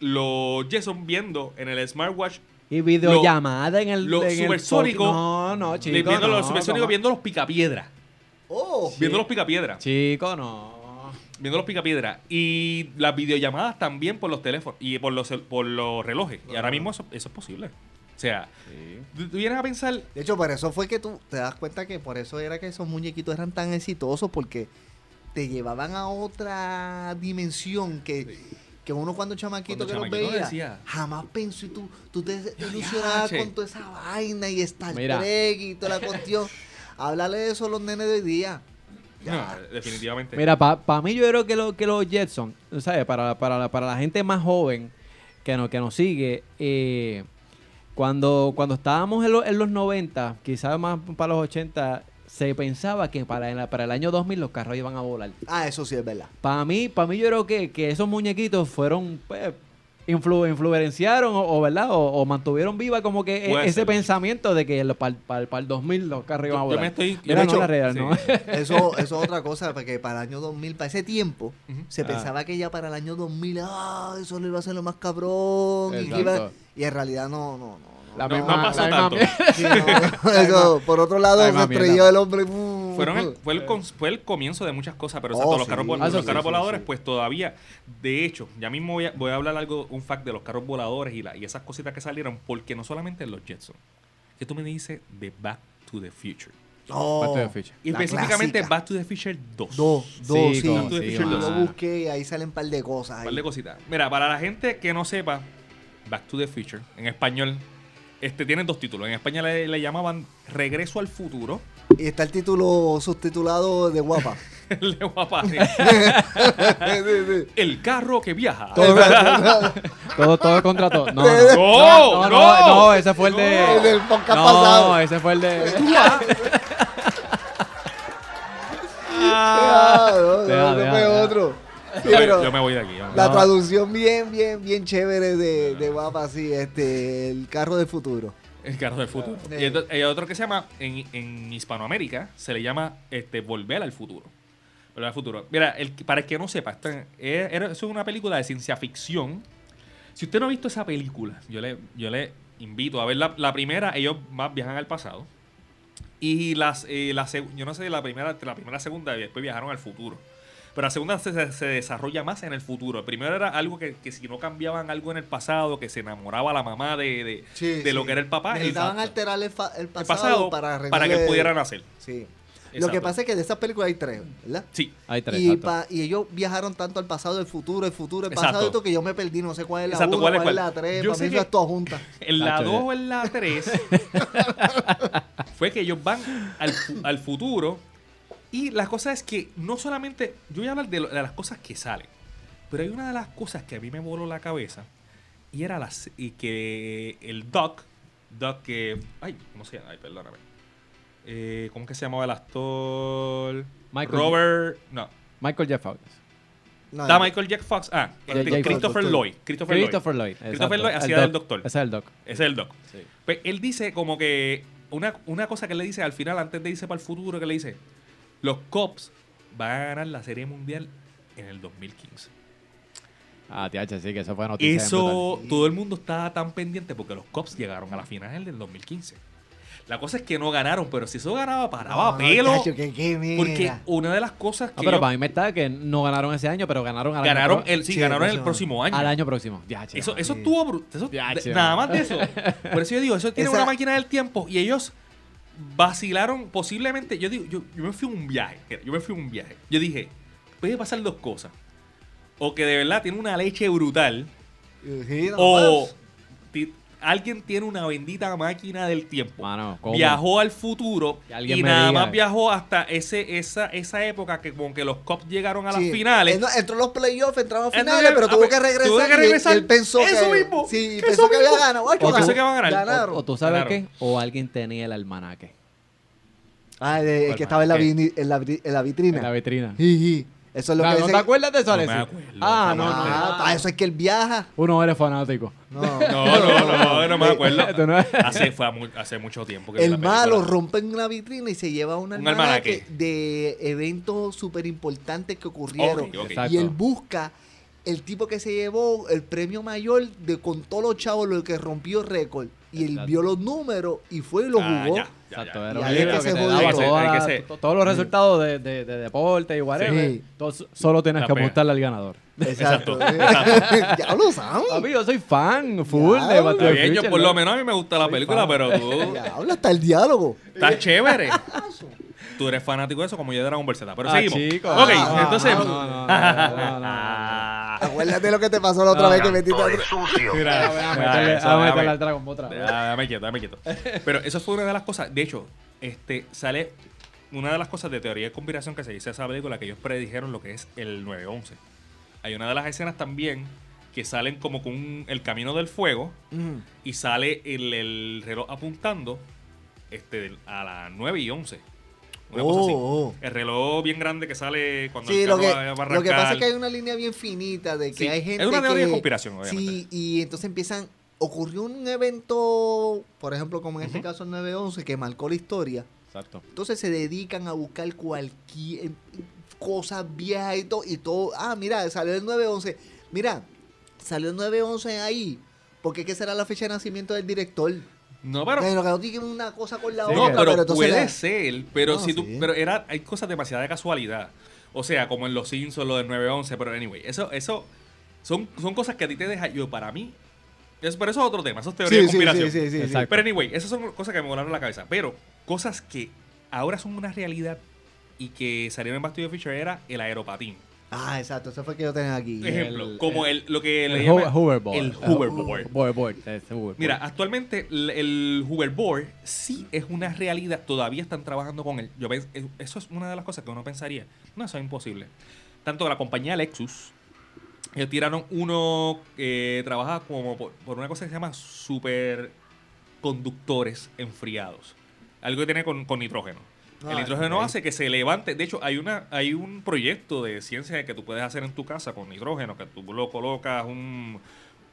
[SPEAKER 7] los Jason viendo en el smartwatch
[SPEAKER 5] Y videollamada en el.
[SPEAKER 7] lo
[SPEAKER 5] en el
[SPEAKER 7] supersónico-
[SPEAKER 5] fucking- No, no, chico.
[SPEAKER 7] viendo
[SPEAKER 5] no,
[SPEAKER 7] los supersónicos
[SPEAKER 5] ¿cómo?
[SPEAKER 7] viendo los picapiedra.
[SPEAKER 6] ¡Oh!
[SPEAKER 7] Viendo los picapiedra.
[SPEAKER 5] Chico, no.
[SPEAKER 7] Viendo los picapiedra. Y las videollamadas también por los teléfonos y por los, por los relojes. Y ahora mismo eso, eso es posible. O sea, tú tú vienes a pensar
[SPEAKER 6] De hecho, por eso fue que tú te das cuenta que por eso era que esos muñequitos eran tan exitosos porque te llevaban a otra dimensión que, que uno cuando chamaquito
[SPEAKER 7] Cuando
[SPEAKER 6] que los
[SPEAKER 7] chamaquito
[SPEAKER 6] veía
[SPEAKER 7] decía.
[SPEAKER 6] jamás pensó y tú, tú te ilusionabas
[SPEAKER 7] che.
[SPEAKER 6] con toda esa vaina y Star
[SPEAKER 5] Mira.
[SPEAKER 6] Trek y toda la cuestión. Háblale de eso a los nenes de hoy día. Ya.
[SPEAKER 7] No, definitivamente.
[SPEAKER 5] Mira, para mí yo creo que, lo, que los Jetson, tú ¿sabes? Para, para, la- para la gente más joven que, no, que nos sigue, eh, cuando, cuando estábamos en, lo- en los 90, quizás más para los 80, se pensaba que para, el- para el año 2000 los carros iban a volar.
[SPEAKER 6] Ah, eso sí es verdad.
[SPEAKER 5] Para mí, para mí yo creo que, que esos muñequitos fueron, pues, influ- influenciaron o, o, ¿verdad? O, o mantuvieron viva como que e-
[SPEAKER 7] Puede
[SPEAKER 5] ese
[SPEAKER 7] ser.
[SPEAKER 5] pensamiento de que para el 2000 los carros iban a
[SPEAKER 7] yo
[SPEAKER 5] volar.
[SPEAKER 7] me estoy-
[SPEAKER 5] Mira,
[SPEAKER 6] de
[SPEAKER 5] no
[SPEAKER 6] hecho,
[SPEAKER 5] la real,
[SPEAKER 7] sí.
[SPEAKER 5] ¿no?
[SPEAKER 6] Eso, eso es otra cosa, porque para el año 2000, para ese tiempo, se
[SPEAKER 5] Ah.
[SPEAKER 6] pensaba que ya para el año 2000, ah, eso le iba a ser lo más cabrón. Y, que
[SPEAKER 5] Exacto.
[SPEAKER 6] iba- y en realidad no, no, no. no.
[SPEAKER 5] La
[SPEAKER 7] No,
[SPEAKER 5] misma-
[SPEAKER 7] no pasó
[SPEAKER 5] la misma
[SPEAKER 7] tanto.
[SPEAKER 5] mierda.
[SPEAKER 6] Sí, no, eso, por otro lado,
[SPEAKER 5] Ay,
[SPEAKER 6] se
[SPEAKER 5] mami,
[SPEAKER 6] estrelló
[SPEAKER 5] la-
[SPEAKER 6] el hombre. uh,
[SPEAKER 7] Fueron el-
[SPEAKER 6] uh.
[SPEAKER 7] fue, el, cons- fue el comienzo de muchas cosas, pero
[SPEAKER 6] Oh,
[SPEAKER 7] exacto, los
[SPEAKER 6] sí.
[SPEAKER 7] carros, vol-
[SPEAKER 5] Ah, eso
[SPEAKER 7] los
[SPEAKER 5] sí,
[SPEAKER 7] carros
[SPEAKER 5] sí,
[SPEAKER 7] voladores,
[SPEAKER 5] sí.
[SPEAKER 7] pues todavía, de hecho, ya mismo voy a, voy a hablar algo, un fact de los carros voladores y, la, y esas cositas que salieron, porque no solamente los Jetson, que tú me dices de Back to the Future.
[SPEAKER 6] No,
[SPEAKER 5] Back to the Future.
[SPEAKER 7] Y
[SPEAKER 6] la
[SPEAKER 7] específicamente
[SPEAKER 6] clásica.
[SPEAKER 7] Back to the Future 2.
[SPEAKER 6] Dos, dos, sí.
[SPEAKER 5] Sí, como-
[SPEAKER 7] sí,
[SPEAKER 6] yo lo
[SPEAKER 7] mano.
[SPEAKER 6] busqué y ahí salen un par de cosas.
[SPEAKER 7] Un
[SPEAKER 6] ahí.
[SPEAKER 7] par de cositas. Mira, para la gente que no sepa, Back to the Future, en español, este tienen dos títulos. En España le, le llamaban Regreso al Futuro.
[SPEAKER 6] Y está el título subtitulado de guapa.
[SPEAKER 7] Le voy a pasar.
[SPEAKER 6] Sí, sí.
[SPEAKER 7] el carro que viaja.
[SPEAKER 5] Todo, todo contra todo. No,
[SPEAKER 7] No,
[SPEAKER 5] no, no, no,
[SPEAKER 7] no.
[SPEAKER 5] ese fue el de.
[SPEAKER 6] El del podcast
[SPEAKER 5] no,
[SPEAKER 6] pasado.
[SPEAKER 5] ese fue el de.
[SPEAKER 6] Ah, no, no,
[SPEAKER 5] Deja,
[SPEAKER 6] no
[SPEAKER 5] deja,
[SPEAKER 6] fue
[SPEAKER 5] deja.
[SPEAKER 6] otro. Sí,
[SPEAKER 7] Yo me-
[SPEAKER 6] pero-
[SPEAKER 7] yo me voy de aquí. yo me-
[SPEAKER 6] La
[SPEAKER 5] No.
[SPEAKER 6] traducción bien, bien, bien chévere de, de guapa, sí, este, el carro del futuro.
[SPEAKER 7] El carro del futuro.
[SPEAKER 6] Ah.
[SPEAKER 7] Y ento- hay otro que se llama, en, en Hispanoamérica, se le llama este, Volver al futuro. Volver al futuro. Mira, el- para el que no sepa, esto es, era- eso es una película de ciencia ficción. Si usted no ha visto esa película, yo le, yo le invito a ver la, la primera, ellos más viajan al pasado. Y las, eh, la seg- yo no sé, la primera, la primera, segunda, y después viajaron al futuro. Pero la segunda se- se, se desarrolla más en el futuro. El primero era algo que, que si no cambiaban algo en el pasado, que se enamoraba la mamá de, de-
[SPEAKER 6] Sí,
[SPEAKER 7] de lo
[SPEAKER 6] sí.
[SPEAKER 7] que era el papá. El,
[SPEAKER 6] Necesitaban
[SPEAKER 7] el
[SPEAKER 6] alterar el, fa- el pasado,
[SPEAKER 7] pasado
[SPEAKER 6] para,
[SPEAKER 7] para,
[SPEAKER 6] arreglarle-
[SPEAKER 7] que él pudiera nacer.
[SPEAKER 6] Sí. Lo
[SPEAKER 7] Exacto.
[SPEAKER 6] que pasa es que de esas películas hay tres, ¿verdad?
[SPEAKER 7] Sí.
[SPEAKER 5] Hay tres.
[SPEAKER 6] y,
[SPEAKER 5] exacto.
[SPEAKER 6] pa- y ellos viajaron tanto al pasado, el futuro, el futuro, el
[SPEAKER 7] Exacto.
[SPEAKER 6] pasado, esto que yo me perdí, no sé cuál es la
[SPEAKER 7] Exacto,
[SPEAKER 6] uno,
[SPEAKER 7] ¿cuál
[SPEAKER 6] cuál,
[SPEAKER 7] es
[SPEAKER 6] es
[SPEAKER 7] cuál?
[SPEAKER 6] la tres,
[SPEAKER 7] Yo
[SPEAKER 6] para
[SPEAKER 7] sé
[SPEAKER 6] mí eso
[SPEAKER 7] que-
[SPEAKER 6] es todo junta.
[SPEAKER 7] En la
[SPEAKER 5] Tacho,
[SPEAKER 7] 2 o en la 3 fue que ellos van al, fu- al futuro y la cosa es que no solamente, yo voy a hablar de, lo- de las cosas que salen, pero hay una de las cosas que a mí me voló la cabeza y era las, y que el Doc, Doc que, ay, ¿cómo se llama? Ay, perdóname. Eh, ¿Cómo que se llamaba el actor?
[SPEAKER 5] Michael-
[SPEAKER 7] Robert, no.
[SPEAKER 5] Michael Jeff Fox.
[SPEAKER 6] No,
[SPEAKER 7] Da Michael Jack Fox. Ah,
[SPEAKER 5] Jack-
[SPEAKER 7] este,
[SPEAKER 5] Jack Fox,
[SPEAKER 7] Christopher
[SPEAKER 6] doctor.
[SPEAKER 7] Lloyd. Christopher,
[SPEAKER 5] Christopher Lloyd.
[SPEAKER 7] Christopher
[SPEAKER 5] exacto.
[SPEAKER 7] Lloyd
[SPEAKER 5] El
[SPEAKER 7] hacía del doctor.
[SPEAKER 5] Ese es el doc.
[SPEAKER 7] Ese es el Doc. Pues él dice como que una, una cosa que le dice al final, antes de irse para el futuro, que le dice, los Cops van a ganar la Serie Mundial en el 2015.
[SPEAKER 5] Ah, TH, sí, que eso fue noticia.
[SPEAKER 7] Eso,
[SPEAKER 5] brutal.
[SPEAKER 7] todo el mundo estaba tan pendiente porque los Cops llegaron a la final del 2015. La cosa es que no ganaron, pero si eso ganaba, paraba
[SPEAKER 6] no,
[SPEAKER 7] pelo.
[SPEAKER 6] chacho, que- que mira.
[SPEAKER 7] porque una de las cosas
[SPEAKER 5] Ah,
[SPEAKER 7] que
[SPEAKER 5] pero
[SPEAKER 7] ellos
[SPEAKER 5] para mí me está que no ganaron ese año, pero ganaron al
[SPEAKER 7] ganaron,
[SPEAKER 5] año, pro-
[SPEAKER 7] el, sí,
[SPEAKER 6] Sí,
[SPEAKER 7] ganaron
[SPEAKER 6] el
[SPEAKER 7] el próximo año.
[SPEAKER 5] al año próximo. TH,
[SPEAKER 7] Eso,
[SPEAKER 5] mano.
[SPEAKER 7] eso estuvo bru- eso-
[SPEAKER 5] Ya,
[SPEAKER 7] de-
[SPEAKER 5] che,
[SPEAKER 7] Nada
[SPEAKER 5] mano.
[SPEAKER 7] más de eso. Por eso yo digo, eso tiene
[SPEAKER 6] Esa-
[SPEAKER 7] una máquina del tiempo y ellos vacilaron posiblemente. Yo digo, yo, yo me fui a un viaje. mira, Yo me fui a un viaje. Yo dije, puede pasar dos cosas. O que de verdad tiene una leche brutal.
[SPEAKER 6] Sí, no,
[SPEAKER 7] o
[SPEAKER 6] pues.
[SPEAKER 7] ti- alguien tiene una bendita máquina del tiempo.
[SPEAKER 5] Mano, Ah, ¿cómo?
[SPEAKER 7] Viajó al futuro
[SPEAKER 5] Que alguien
[SPEAKER 7] y
[SPEAKER 5] me
[SPEAKER 7] nada
[SPEAKER 5] diga.
[SPEAKER 7] más viajó hasta ese, esa, esa época que como que los cops llegaron a
[SPEAKER 6] Sí.
[SPEAKER 7] las finales.
[SPEAKER 5] Eh,
[SPEAKER 6] Él no- entró en los playoffs, entraba a
[SPEAKER 7] Entró
[SPEAKER 6] finales,
[SPEAKER 7] en-
[SPEAKER 6] pero
[SPEAKER 7] ah,
[SPEAKER 6] tuvo
[SPEAKER 7] pues,
[SPEAKER 6] que regresar.
[SPEAKER 7] tuvo que
[SPEAKER 6] y él-
[SPEAKER 7] regresar.
[SPEAKER 6] Y él pensó
[SPEAKER 7] Eso
[SPEAKER 6] que,
[SPEAKER 7] mismo,
[SPEAKER 6] Sí,
[SPEAKER 7] eso
[SPEAKER 6] pensó que había
[SPEAKER 7] mismo.
[SPEAKER 6] ganado. macho,
[SPEAKER 5] O
[SPEAKER 7] pensó
[SPEAKER 6] ganó.
[SPEAKER 7] que iba a ganar.
[SPEAKER 6] Ganaron.
[SPEAKER 5] O tú sabes
[SPEAKER 7] Ganaron.
[SPEAKER 5] qué? O alguien tenía el almanaque
[SPEAKER 6] Ah, el, de- el que estaba en la, vini- en la, bri- en la vitrina.
[SPEAKER 5] en la vitrina.
[SPEAKER 6] Sí, sí. Eso es lo
[SPEAKER 5] Ah,
[SPEAKER 6] que
[SPEAKER 5] ¿No
[SPEAKER 6] dice-
[SPEAKER 5] te acuerdas de
[SPEAKER 7] No
[SPEAKER 5] eso,
[SPEAKER 7] me
[SPEAKER 5] Alexis?
[SPEAKER 7] acuerdo,
[SPEAKER 5] Ah, no,
[SPEAKER 7] cabrón.
[SPEAKER 5] no.
[SPEAKER 6] Ah, para eso es que él viaja.
[SPEAKER 5] Uno eres fanático.
[SPEAKER 6] No.
[SPEAKER 7] No, no, no, no me
[SPEAKER 5] Tú
[SPEAKER 7] acuerdo.
[SPEAKER 5] no-
[SPEAKER 7] Hace, fue a mu- hace mucho tiempo que vi la
[SPEAKER 6] El
[SPEAKER 7] película.
[SPEAKER 6] malo rompe en una vitrina y se lleva
[SPEAKER 7] Un
[SPEAKER 6] un almanaque,
[SPEAKER 7] almanaque.
[SPEAKER 6] de eventos súper importantes que ocurrieron.
[SPEAKER 7] Ok, ok.
[SPEAKER 5] Exacto.
[SPEAKER 6] Y él busca el tipo que se llevó el premio mayor de con todos los chavos, lo que rompió récord. Y él
[SPEAKER 5] Exacto.
[SPEAKER 6] vio los números y fue y lo
[SPEAKER 7] Ah,
[SPEAKER 6] jugó.
[SPEAKER 7] ya, ya,
[SPEAKER 5] Exacto,
[SPEAKER 7] ya.
[SPEAKER 5] era
[SPEAKER 6] Y
[SPEAKER 5] un
[SPEAKER 6] ahí es
[SPEAKER 5] libro
[SPEAKER 6] que
[SPEAKER 5] que
[SPEAKER 6] se
[SPEAKER 5] te
[SPEAKER 6] jodió.
[SPEAKER 5] daba
[SPEAKER 6] Hay que
[SPEAKER 5] toda-
[SPEAKER 7] ser-
[SPEAKER 5] to- todos los resultados de, de- de deporte y whatever.
[SPEAKER 6] Sí.
[SPEAKER 5] Entonces, solo tienes
[SPEAKER 7] La
[SPEAKER 5] que
[SPEAKER 7] pega.
[SPEAKER 5] apostarle al ganador.
[SPEAKER 6] Exacto. ya lo saben.
[SPEAKER 5] Papi, yo soy fan full
[SPEAKER 6] Ya,
[SPEAKER 5] de Back to
[SPEAKER 7] Está
[SPEAKER 5] the
[SPEAKER 7] bien, yo
[SPEAKER 5] Future,
[SPEAKER 7] por
[SPEAKER 5] ¿no?
[SPEAKER 7] lo menos a mí me gusta la película,
[SPEAKER 5] fan.
[SPEAKER 7] pero tú
[SPEAKER 6] Ya habla hasta el diálogo.
[SPEAKER 7] estás chévere. Tú eres fanático de eso como yo de Dragon Ball Z. Pero
[SPEAKER 5] Ah,
[SPEAKER 7] seguimos.
[SPEAKER 5] chico.
[SPEAKER 7] ok,
[SPEAKER 5] Ah, no,
[SPEAKER 7] entonces.
[SPEAKER 5] no, no, no, no, no, no.
[SPEAKER 6] Acuérdate lo que te pasó la otra vez que metiste. a-
[SPEAKER 7] Mira,
[SPEAKER 5] Déjame
[SPEAKER 7] ah, eso,
[SPEAKER 5] meterle- déjame
[SPEAKER 7] déjame-
[SPEAKER 5] meterle al Dragon Ball otra vez.
[SPEAKER 7] Ah, Dame quieto, dame quieto. Pero eso fue una de las cosas. De hecho, este sale una de las cosas de teoría de conspiración que se dice de esa película que ellos predijeron lo que es el 9-11. Hay una de las escenas también que salen como con un- el camino del fuego
[SPEAKER 6] Mm.
[SPEAKER 7] y sale el, el reloj apuntando este, a las 9 y 11. Una cosa así.
[SPEAKER 6] Oh, oh.
[SPEAKER 7] El reloj bien grande que sale cuando
[SPEAKER 6] Sí,
[SPEAKER 7] el
[SPEAKER 6] lo
[SPEAKER 7] carro
[SPEAKER 6] que,
[SPEAKER 7] va- va a
[SPEAKER 6] lo que
[SPEAKER 7] arrancar.
[SPEAKER 6] pasa es que hay una línea bien finita de que
[SPEAKER 7] Sí,
[SPEAKER 6] hay
[SPEAKER 7] es
[SPEAKER 6] gente
[SPEAKER 7] una teoría
[SPEAKER 6] que-
[SPEAKER 7] de conspiración, obviamente.
[SPEAKER 6] Sí, y entonces empiezan... Ocurrió un evento, por ejemplo, como en este caso el 9-11, que marcó la historia.
[SPEAKER 5] Exacto.
[SPEAKER 6] Entonces se dedican a buscar cualquier cosa vieja y todo. Y todo ah, mira, salió el 9-11. Mira, salió el 9-11 ahí. Porque qué será la fecha de nacimiento del director.
[SPEAKER 7] No, pero
[SPEAKER 6] Pero que no tiene una cosa con la
[SPEAKER 5] Sí,
[SPEAKER 7] No,
[SPEAKER 6] otra.
[SPEAKER 5] que-
[SPEAKER 7] pero,
[SPEAKER 6] entonces
[SPEAKER 7] puede
[SPEAKER 6] la-
[SPEAKER 7] ser, pero
[SPEAKER 6] No,
[SPEAKER 7] si tú,
[SPEAKER 6] sí.
[SPEAKER 7] pero era, hay cosas demasiada de casualidad. O sea, como en los Simpsons, lo del 911, pero anyway, eso, eso son, son cosas que a ti te deja. Yo, para mí, es, pero eso es otro tema, eso es teoría de
[SPEAKER 6] Sí, sí,
[SPEAKER 7] conspiración.
[SPEAKER 6] sí, sí, sí, sí.
[SPEAKER 5] Exacto.
[SPEAKER 7] Pero anyway, esas son cosas que me volaron la cabeza. Pero cosas que ahora son una realidad y que salieron en Back to the Future era el aeropatín.
[SPEAKER 6] Ah, exacto, eso fue que yo tenía aquí.
[SPEAKER 7] Ejemplo,
[SPEAKER 5] el-
[SPEAKER 7] como el, lo que le
[SPEAKER 5] El
[SPEAKER 7] llaman-
[SPEAKER 5] ho- hoverboard.
[SPEAKER 7] El hoverboard.
[SPEAKER 5] Hoverboard, es hoverboard.
[SPEAKER 7] Mira, actualmente el, el hoverboard sí es una realidad. Todavía están trabajando con él. Yo pens- eh, eso es una de las cosas que uno pensaría. No, eso es imposible. Tanto la compañía Lexus, ellos tiraron uno que trabaja como por, por una cosa que se llama superconductores enfriados. Algo que tiene con, con nitrógeno. El
[SPEAKER 6] Ah,
[SPEAKER 7] nitrógeno
[SPEAKER 6] ok.
[SPEAKER 7] hace que se levante. De hecho, hay una hay un proyecto de ciencia que tú puedes hacer en tu casa con nitrógeno, que tú lo colocas un,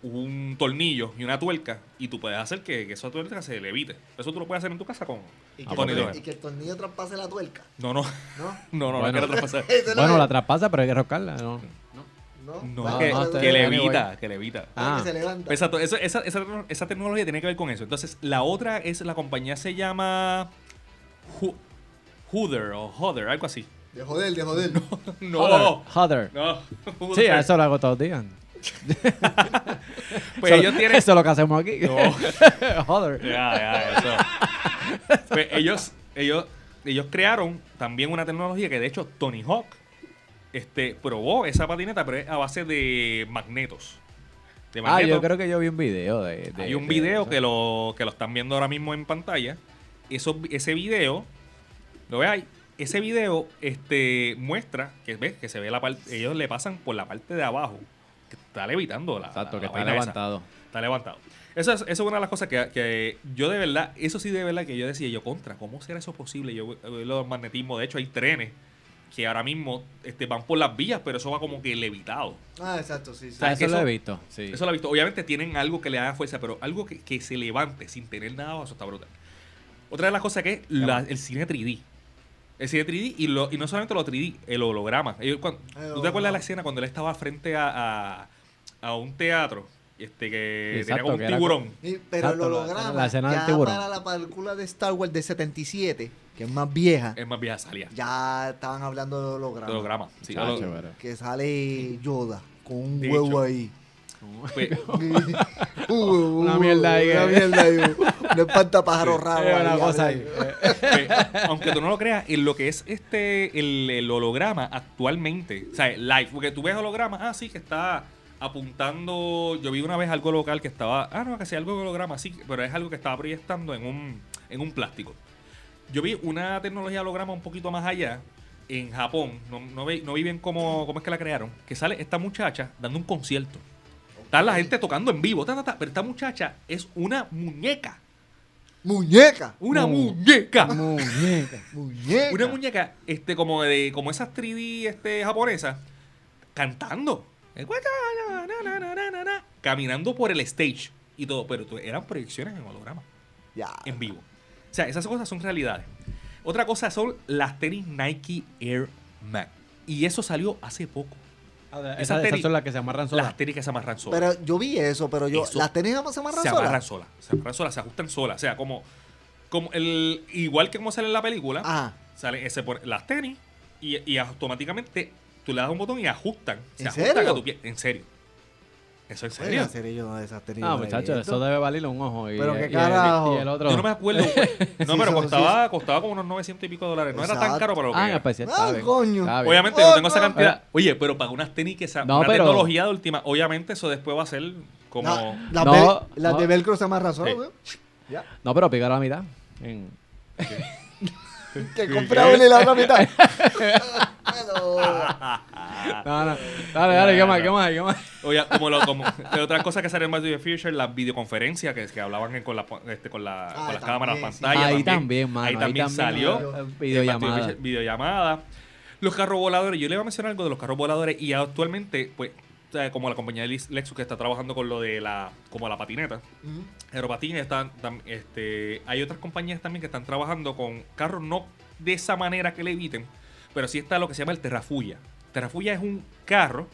[SPEAKER 7] un tornillo y una tuerca y tú puedes hacer que, que esa tuerca se levite. Eso tú lo puedes hacer en tu casa con,
[SPEAKER 6] Y que,
[SPEAKER 7] con
[SPEAKER 6] el,
[SPEAKER 7] nitrógeno.
[SPEAKER 6] y que el tornillo traspase la tuerca,
[SPEAKER 7] No, no,
[SPEAKER 6] ¿no?
[SPEAKER 7] no, no, no
[SPEAKER 5] Bueno.
[SPEAKER 7] quiero traspasar.
[SPEAKER 6] Eso no
[SPEAKER 5] Bueno,
[SPEAKER 6] es-
[SPEAKER 5] la traspasa, pero hay que roscarla. ¿no?
[SPEAKER 6] No,
[SPEAKER 7] No,
[SPEAKER 6] Vale,
[SPEAKER 7] que, Pues,
[SPEAKER 5] no,
[SPEAKER 6] vale,
[SPEAKER 5] está
[SPEAKER 7] que
[SPEAKER 5] bien,
[SPEAKER 6] vale.
[SPEAKER 7] levita, que levita.
[SPEAKER 5] Ah.
[SPEAKER 6] Que se levanta.
[SPEAKER 7] Exacto, eso- esa, esa, esa tecnología tiene que ver con eso. Entonces, la otra es, la compañía se llama Hu- Hooder o Hoder, algo así.
[SPEAKER 6] De joder, de joder.
[SPEAKER 7] No.
[SPEAKER 5] Joder.
[SPEAKER 7] No.
[SPEAKER 5] Sí, a eso lo hago todos los días.
[SPEAKER 7] Pues
[SPEAKER 5] Eso-
[SPEAKER 7] ellos tienen.
[SPEAKER 5] Eso es lo que hacemos aquí.
[SPEAKER 7] No.
[SPEAKER 5] Joder.
[SPEAKER 7] Ya, ya, eso. Pues ellos, ellos, ellos crearon también una tecnología que de hecho Tony Hawk este, probó esa patineta, pero es a base de magnetos. De
[SPEAKER 5] Ah,
[SPEAKER 7] magnetos.
[SPEAKER 5] yo creo que yo vi un video de. de-
[SPEAKER 7] Hay un
[SPEAKER 5] de
[SPEAKER 7] video
[SPEAKER 5] eso.
[SPEAKER 7] que lo, que lo están viendo ahora mismo en pantalla. Eso, ese video, lo ve ahí. Ese video este, muestra que ves que se ve la parte. Ellos le pasan por la parte de abajo. Que está levitando la.
[SPEAKER 5] Exacto,
[SPEAKER 7] la-
[SPEAKER 5] que
[SPEAKER 7] la
[SPEAKER 5] está
[SPEAKER 7] vaina esa. Ah,
[SPEAKER 5] levantado.
[SPEAKER 7] Está levantado. Eso es, eso es una de las cosas que, que yo de verdad, eso sí de verdad que yo decía yo contra, ¿cómo será eso posible? Yo eh, veo los magnetismos, de hecho hay trenes que ahora mismo este, van por las vías, pero eso va como que levitado.
[SPEAKER 6] Ah, exacto, sí, sí.
[SPEAKER 7] sea,
[SPEAKER 5] Ah,
[SPEAKER 7] que
[SPEAKER 5] eso, lo
[SPEAKER 7] eso-
[SPEAKER 5] he visto. Sí.
[SPEAKER 7] Eso lo he visto. Obviamente tienen algo que le haga fuerza, pero algo que, que se levante sin tener nada abajo, eso está brutal. Otra de las cosas que es la- el cine 3D. El cine 3D y, lo- y no solamente lo 3D, el holograma. Ellos cuan-
[SPEAKER 6] El
[SPEAKER 7] ¿Tú te acuerdas de
[SPEAKER 6] holograma.
[SPEAKER 7] la escena cuando él estaba frente a, a- a un teatro? Este que
[SPEAKER 5] Exacto,
[SPEAKER 7] tenía como
[SPEAKER 5] que
[SPEAKER 7] un
[SPEAKER 5] era
[SPEAKER 7] tiburón.
[SPEAKER 6] Y- pero
[SPEAKER 5] Exacto,
[SPEAKER 6] lo
[SPEAKER 5] la-
[SPEAKER 6] logramos.
[SPEAKER 5] la escena del
[SPEAKER 6] ya
[SPEAKER 5] tiburón.
[SPEAKER 6] Para la película de Star Wars de 77, que es más vieja,
[SPEAKER 7] Es más vieja salía.
[SPEAKER 6] ya estaban hablando de holograma.
[SPEAKER 7] Eh. De holograma. Sí,
[SPEAKER 5] Chacho,
[SPEAKER 7] holo-
[SPEAKER 5] pero-
[SPEAKER 6] Que sale Yoda con un
[SPEAKER 7] De
[SPEAKER 6] huevo
[SPEAKER 7] hecho.
[SPEAKER 6] ahí.
[SPEAKER 7] pues,
[SPEAKER 6] Un huevo,
[SPEAKER 5] Una mierda ahí,
[SPEAKER 6] Una
[SPEAKER 5] eh.
[SPEAKER 6] mierda ahí. Un espantapájaro raro.
[SPEAKER 5] Es una
[SPEAKER 6] ahí,
[SPEAKER 5] cosa ahí. eh.
[SPEAKER 6] ahí.
[SPEAKER 7] pues, aunque tú no lo creas, en lo que es este el, el holograma actualmente, o sea, live, porque tú ves holograma, ah, sí, que está apuntando. Yo vi una vez algo local que estaba, ah, no, que sea algo de holograma, sí, pero es algo que estaba proyectando en un, en un plástico. Yo vi una tecnología de holograma un poquito más allá, en Japón, no, no, vi, no vi bien cómo, cómo es que la crearon, que sale esta muchacha dando un concierto. Está la gente tocando en vivo, ta, ta, ta, pero esta muchacha es una muñeca.
[SPEAKER 6] Muñeca.
[SPEAKER 7] Una
[SPEAKER 5] Mu-
[SPEAKER 7] muñeca.
[SPEAKER 5] Muñeca.
[SPEAKER 6] Muñeca.
[SPEAKER 7] Una muñeca este, como de como esas 3D este, japonesas cantando. Caminando por el stage y todo, pero tú- eran proyecciones en holograma,
[SPEAKER 6] Ya.
[SPEAKER 7] en vivo. O sea, esas cosas son realidades. Otra cosa son las tenis Nike Air Max. Y eso salió hace poco.
[SPEAKER 5] Esas,
[SPEAKER 7] Esas
[SPEAKER 5] esas
[SPEAKER 7] tenis-
[SPEAKER 5] son las que se amarran solas.
[SPEAKER 7] Las tenis que se amarran solas.
[SPEAKER 6] Pero yo vi eso, pero yo.
[SPEAKER 7] Eso.
[SPEAKER 6] ¿Las tenías se amarran
[SPEAKER 7] se amarran
[SPEAKER 6] solas?
[SPEAKER 7] solas. Se amarran solas, se ajustan solas. O sea, como, como el, igual que como sale en la película,
[SPEAKER 6] Ajá.
[SPEAKER 7] sale ese por las tenis y, y automáticamente tú le das un botón y ajustan. Se
[SPEAKER 6] ¿En
[SPEAKER 7] ajustan
[SPEAKER 6] serio?
[SPEAKER 7] a tu pie. En serio. Eso en
[SPEAKER 6] Oye,
[SPEAKER 7] serio.
[SPEAKER 6] ¿En serio pues, yo no de esas tenis?
[SPEAKER 5] No,
[SPEAKER 6] yo he
[SPEAKER 5] muchachos,
[SPEAKER 6] visto.
[SPEAKER 5] Ah, eso debe valerle un ojo. Y,
[SPEAKER 6] Pero qué
[SPEAKER 5] y el-
[SPEAKER 6] carajo.
[SPEAKER 5] Y el otro.
[SPEAKER 7] Yo no me acuerdo. güey. No,
[SPEAKER 6] Sí,
[SPEAKER 7] pero
[SPEAKER 6] son-
[SPEAKER 7] costaba, costaba como unos 900 y pico de dólares. No era tan
[SPEAKER 6] Exacto.
[SPEAKER 7] caro para lo que
[SPEAKER 5] Ah, en
[SPEAKER 7] era.
[SPEAKER 5] especial.
[SPEAKER 6] Ah,
[SPEAKER 5] está bien,
[SPEAKER 6] coño.
[SPEAKER 5] está bien.
[SPEAKER 7] Obviamente no tengo esa
[SPEAKER 6] Otra.
[SPEAKER 7] cantidad. Oye, pero para unas tenis que sea
[SPEAKER 5] No,
[SPEAKER 7] una
[SPEAKER 5] pero-
[SPEAKER 7] tecnología de última, obviamente eso después va a ser como
[SPEAKER 6] La- las
[SPEAKER 5] No,
[SPEAKER 6] vel- las de
[SPEAKER 5] no.
[SPEAKER 6] Velcro se amarran solas,
[SPEAKER 7] Sí.
[SPEAKER 6] güey. Ya.
[SPEAKER 5] No, pero picar la mitad. En-
[SPEAKER 6] Te compraba una y la otra mitad. Hello.
[SPEAKER 7] Ah.
[SPEAKER 5] No, no. Dale, dale, ¿qué
[SPEAKER 7] no,
[SPEAKER 5] más?
[SPEAKER 7] no.
[SPEAKER 5] ¿Qué más? ¿Qué más?
[SPEAKER 7] Oye, como, lo, como de otras cosas que salen más de Future, las videoconferencias que, que hablaban en- con, la, este, con, la,
[SPEAKER 6] Ah,
[SPEAKER 7] con las
[SPEAKER 6] también,
[SPEAKER 7] cámaras,
[SPEAKER 6] sí.
[SPEAKER 7] pantallas.
[SPEAKER 5] ahí también, mano.
[SPEAKER 7] Ahí también salió.
[SPEAKER 5] eh,
[SPEAKER 7] Back to
[SPEAKER 5] Videollamada.
[SPEAKER 7] the Future, videollamada. Los carros voladores, yo le iba a mencionar algo de los carros voladores y actualmente, pues, o sea, como la compañía de Lex- Lexus que está trabajando con lo de la, como la patineta,
[SPEAKER 6] Ujú.
[SPEAKER 7] aeropatines, están, tam- este, hay otras compañías también que están trabajando con carros no de esa manera que le eviten, pero sí está lo que se llama el terrafuya. Terrafuya es un carro,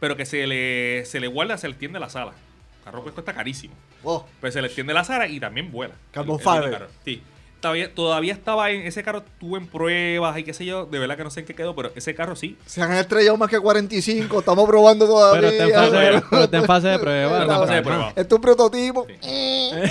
[SPEAKER 7] pero que se le, se le guarda, se le extiende la sala. El carro que está carísimo.
[SPEAKER 6] Oh,
[SPEAKER 7] Pues se le extiende la Sara y también vuela.
[SPEAKER 6] Carbon
[SPEAKER 7] El- el mismo
[SPEAKER 6] fiber.
[SPEAKER 7] carro. Sí. Todavía, todavía estaba en ese carro, tuve en pruebas y qué sé yo, de verdad que no sé en qué quedó, pero ese carro sí.
[SPEAKER 6] se han estrellado más que 45. Estamos probando todavía.
[SPEAKER 5] Pero está en fase de- pero está en fase de prueba.
[SPEAKER 7] Está en fase de
[SPEAKER 5] Fran.
[SPEAKER 7] prueba.
[SPEAKER 6] Esto es un prototipo.
[SPEAKER 7] Sí.
[SPEAKER 6] Eh.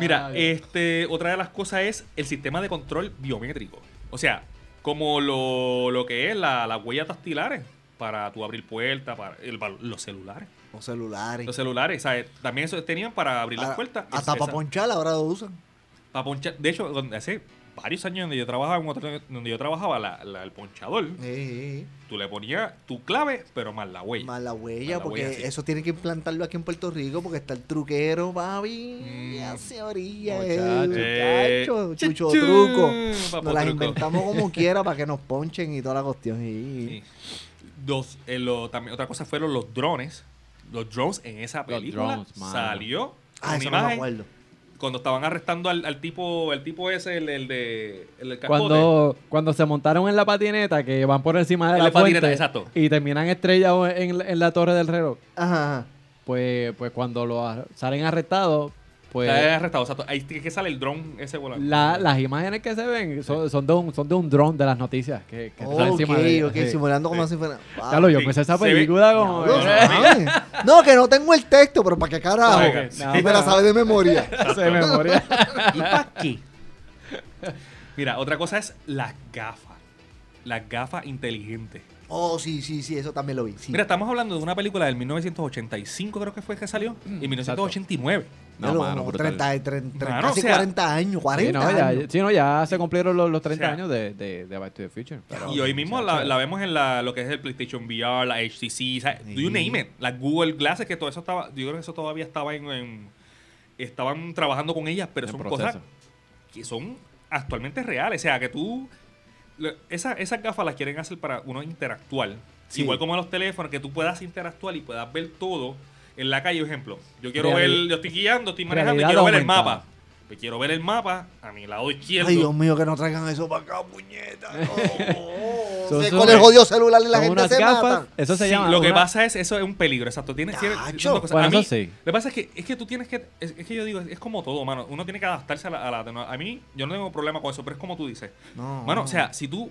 [SPEAKER 7] Mira, este, otra de las cosas es el sistema de control biométrico. O sea, como lo, lo que es la, las huellas dactilares para tu abrir puertas, para, el- para los celulares.
[SPEAKER 6] Los celulares.
[SPEAKER 7] Los celulares, ¿sabes? También eso tenían para abrir las
[SPEAKER 6] Ahora,
[SPEAKER 7] puertas.
[SPEAKER 6] Ah, Hasta
[SPEAKER 7] Esa-
[SPEAKER 6] para ponchar ahora lo usan.
[SPEAKER 7] para ponchar. De hecho, donde- hace varios años donde yo trabajaba, en un hotel donde yo trabajaba, la- la- el ponchador.
[SPEAKER 6] Eh, eh,
[SPEAKER 7] Tú le ponías tu clave, pero más la
[SPEAKER 6] eh.
[SPEAKER 7] huella.
[SPEAKER 6] Más la huella,
[SPEAKER 7] Más la
[SPEAKER 6] porque
[SPEAKER 7] huella, sí.
[SPEAKER 6] eso tiene que implantarlo aquí en Puerto Rico, porque está el truquero, papi.
[SPEAKER 7] Mm.
[SPEAKER 6] Hacia orilla,
[SPEAKER 5] Muchacho.
[SPEAKER 7] Eh,
[SPEAKER 6] el muchacho, chucho
[SPEAKER 7] chuchu,
[SPEAKER 6] truco.
[SPEAKER 7] papo
[SPEAKER 6] Nos las
[SPEAKER 7] truco.
[SPEAKER 6] inventamos como quiera para que nos ponchen y toda la cuestión. eh.
[SPEAKER 7] Sí. Dos, eh, lo- también, otra cosa fueron los drones. Los drones en esa película
[SPEAKER 5] drones, mano.
[SPEAKER 7] salió
[SPEAKER 6] Ah,
[SPEAKER 7] una
[SPEAKER 6] eso no me
[SPEAKER 7] imagen
[SPEAKER 6] acuerdo.
[SPEAKER 7] cuando estaban arrestando al, al tipo, el tipo ese, el, el de el del cascote.
[SPEAKER 5] Cuando, cuando se montaron en la patineta, que van por encima de
[SPEAKER 7] En
[SPEAKER 5] la,
[SPEAKER 7] la patineta,
[SPEAKER 5] fuente
[SPEAKER 7] exacto.
[SPEAKER 5] y terminan estrellados en, la- en la torre del reloj,
[SPEAKER 6] Ajá, ajá.
[SPEAKER 5] pues, pues cuando lo ar- salen arrestados, pues
[SPEAKER 7] Está arrestado. O sea, ahí tiene que sale el dron ese volando.
[SPEAKER 5] la- las imágenes que se ven son, son de un son de un dron de las noticias que, que está
[SPEAKER 6] Ok,
[SPEAKER 5] encima de
[SPEAKER 6] ok,
[SPEAKER 5] sí.
[SPEAKER 6] simulando como si fuera. Wow.
[SPEAKER 5] Carlos, yo
[SPEAKER 7] Sí,
[SPEAKER 5] empecé esa
[SPEAKER 7] se ve-
[SPEAKER 5] película como
[SPEAKER 6] No, no, no, que no tengo el texto, pero ¿para qué carajo?
[SPEAKER 7] Oiga,
[SPEAKER 6] Si
[SPEAKER 5] no,
[SPEAKER 6] me
[SPEAKER 5] pero-
[SPEAKER 6] la sabes de memoria.
[SPEAKER 5] se me moría.
[SPEAKER 6] ¿Y para qué?
[SPEAKER 7] Mira, otra cosa es las gafas. Las gafas inteligentes.
[SPEAKER 6] Oh, sí, sí, sí, eso también lo vi. sí.
[SPEAKER 7] Mira, estamos hablando de una película del 1985, creo que fue que salió, y 1989.
[SPEAKER 6] Ya lo- como 30, 30,
[SPEAKER 7] Mano,
[SPEAKER 6] casi
[SPEAKER 7] o sea,
[SPEAKER 6] 40 años, 40
[SPEAKER 5] sí, no, ya,
[SPEAKER 6] años.
[SPEAKER 5] sí, no, ya se cumplieron los, los 30
[SPEAKER 7] O sea,
[SPEAKER 5] años de, de, de Back to the Future. pero-
[SPEAKER 7] Y hoy mismo la, la vemos en la, lo que es el PlayStation VR, la HTC, o sea, do you name it, las Google Glasses, que todo eso estaba, yo creo que eso todavía estaba en, en- estaban trabajando con ellas, pero
[SPEAKER 5] En
[SPEAKER 7] son
[SPEAKER 5] proceso.
[SPEAKER 7] cosas que son actualmente reales, o sea, que tú, lo- esa- esas gafas las quieren hacer para uno interactuar,
[SPEAKER 6] Sí.
[SPEAKER 7] igual como los teléfonos, que tú puedas interactuar y puedas ver todo en la calle, por ejemplo, yo quiero
[SPEAKER 5] Reali-
[SPEAKER 7] ver, yo estoy guiando, estoy manejando y
[SPEAKER 5] realidad
[SPEAKER 7] quiero ver el
[SPEAKER 5] aumentada.
[SPEAKER 7] mapa, Yo quiero ver el mapa a mi lado izquierdo.
[SPEAKER 6] Ay, Dios mío, que no traigan eso para acá, puñeta. No.
[SPEAKER 5] Son-
[SPEAKER 6] Se-
[SPEAKER 5] son-
[SPEAKER 6] con el jodido celular y la
[SPEAKER 5] Son
[SPEAKER 6] gente
[SPEAKER 5] unas
[SPEAKER 6] se
[SPEAKER 5] gafas,
[SPEAKER 6] mata.
[SPEAKER 5] Eso se
[SPEAKER 7] Sí,
[SPEAKER 5] llama.
[SPEAKER 7] Lo que
[SPEAKER 5] una-
[SPEAKER 7] pasa es, eso es un peligro, exacto. Tienes, tienes-
[SPEAKER 6] Tacho.
[SPEAKER 7] son dos cosas.
[SPEAKER 5] Bueno,
[SPEAKER 7] a mí,
[SPEAKER 5] eso sí.
[SPEAKER 7] Lo que pasa es que, es que tú tienes que. Es, es que yo digo, es como todo, mano. Uno tiene que adaptarse a la, a la tecno- A mí, yo no tengo problema con eso, pero es como tú dices.
[SPEAKER 6] No.
[SPEAKER 7] Mano, o sea, si tú.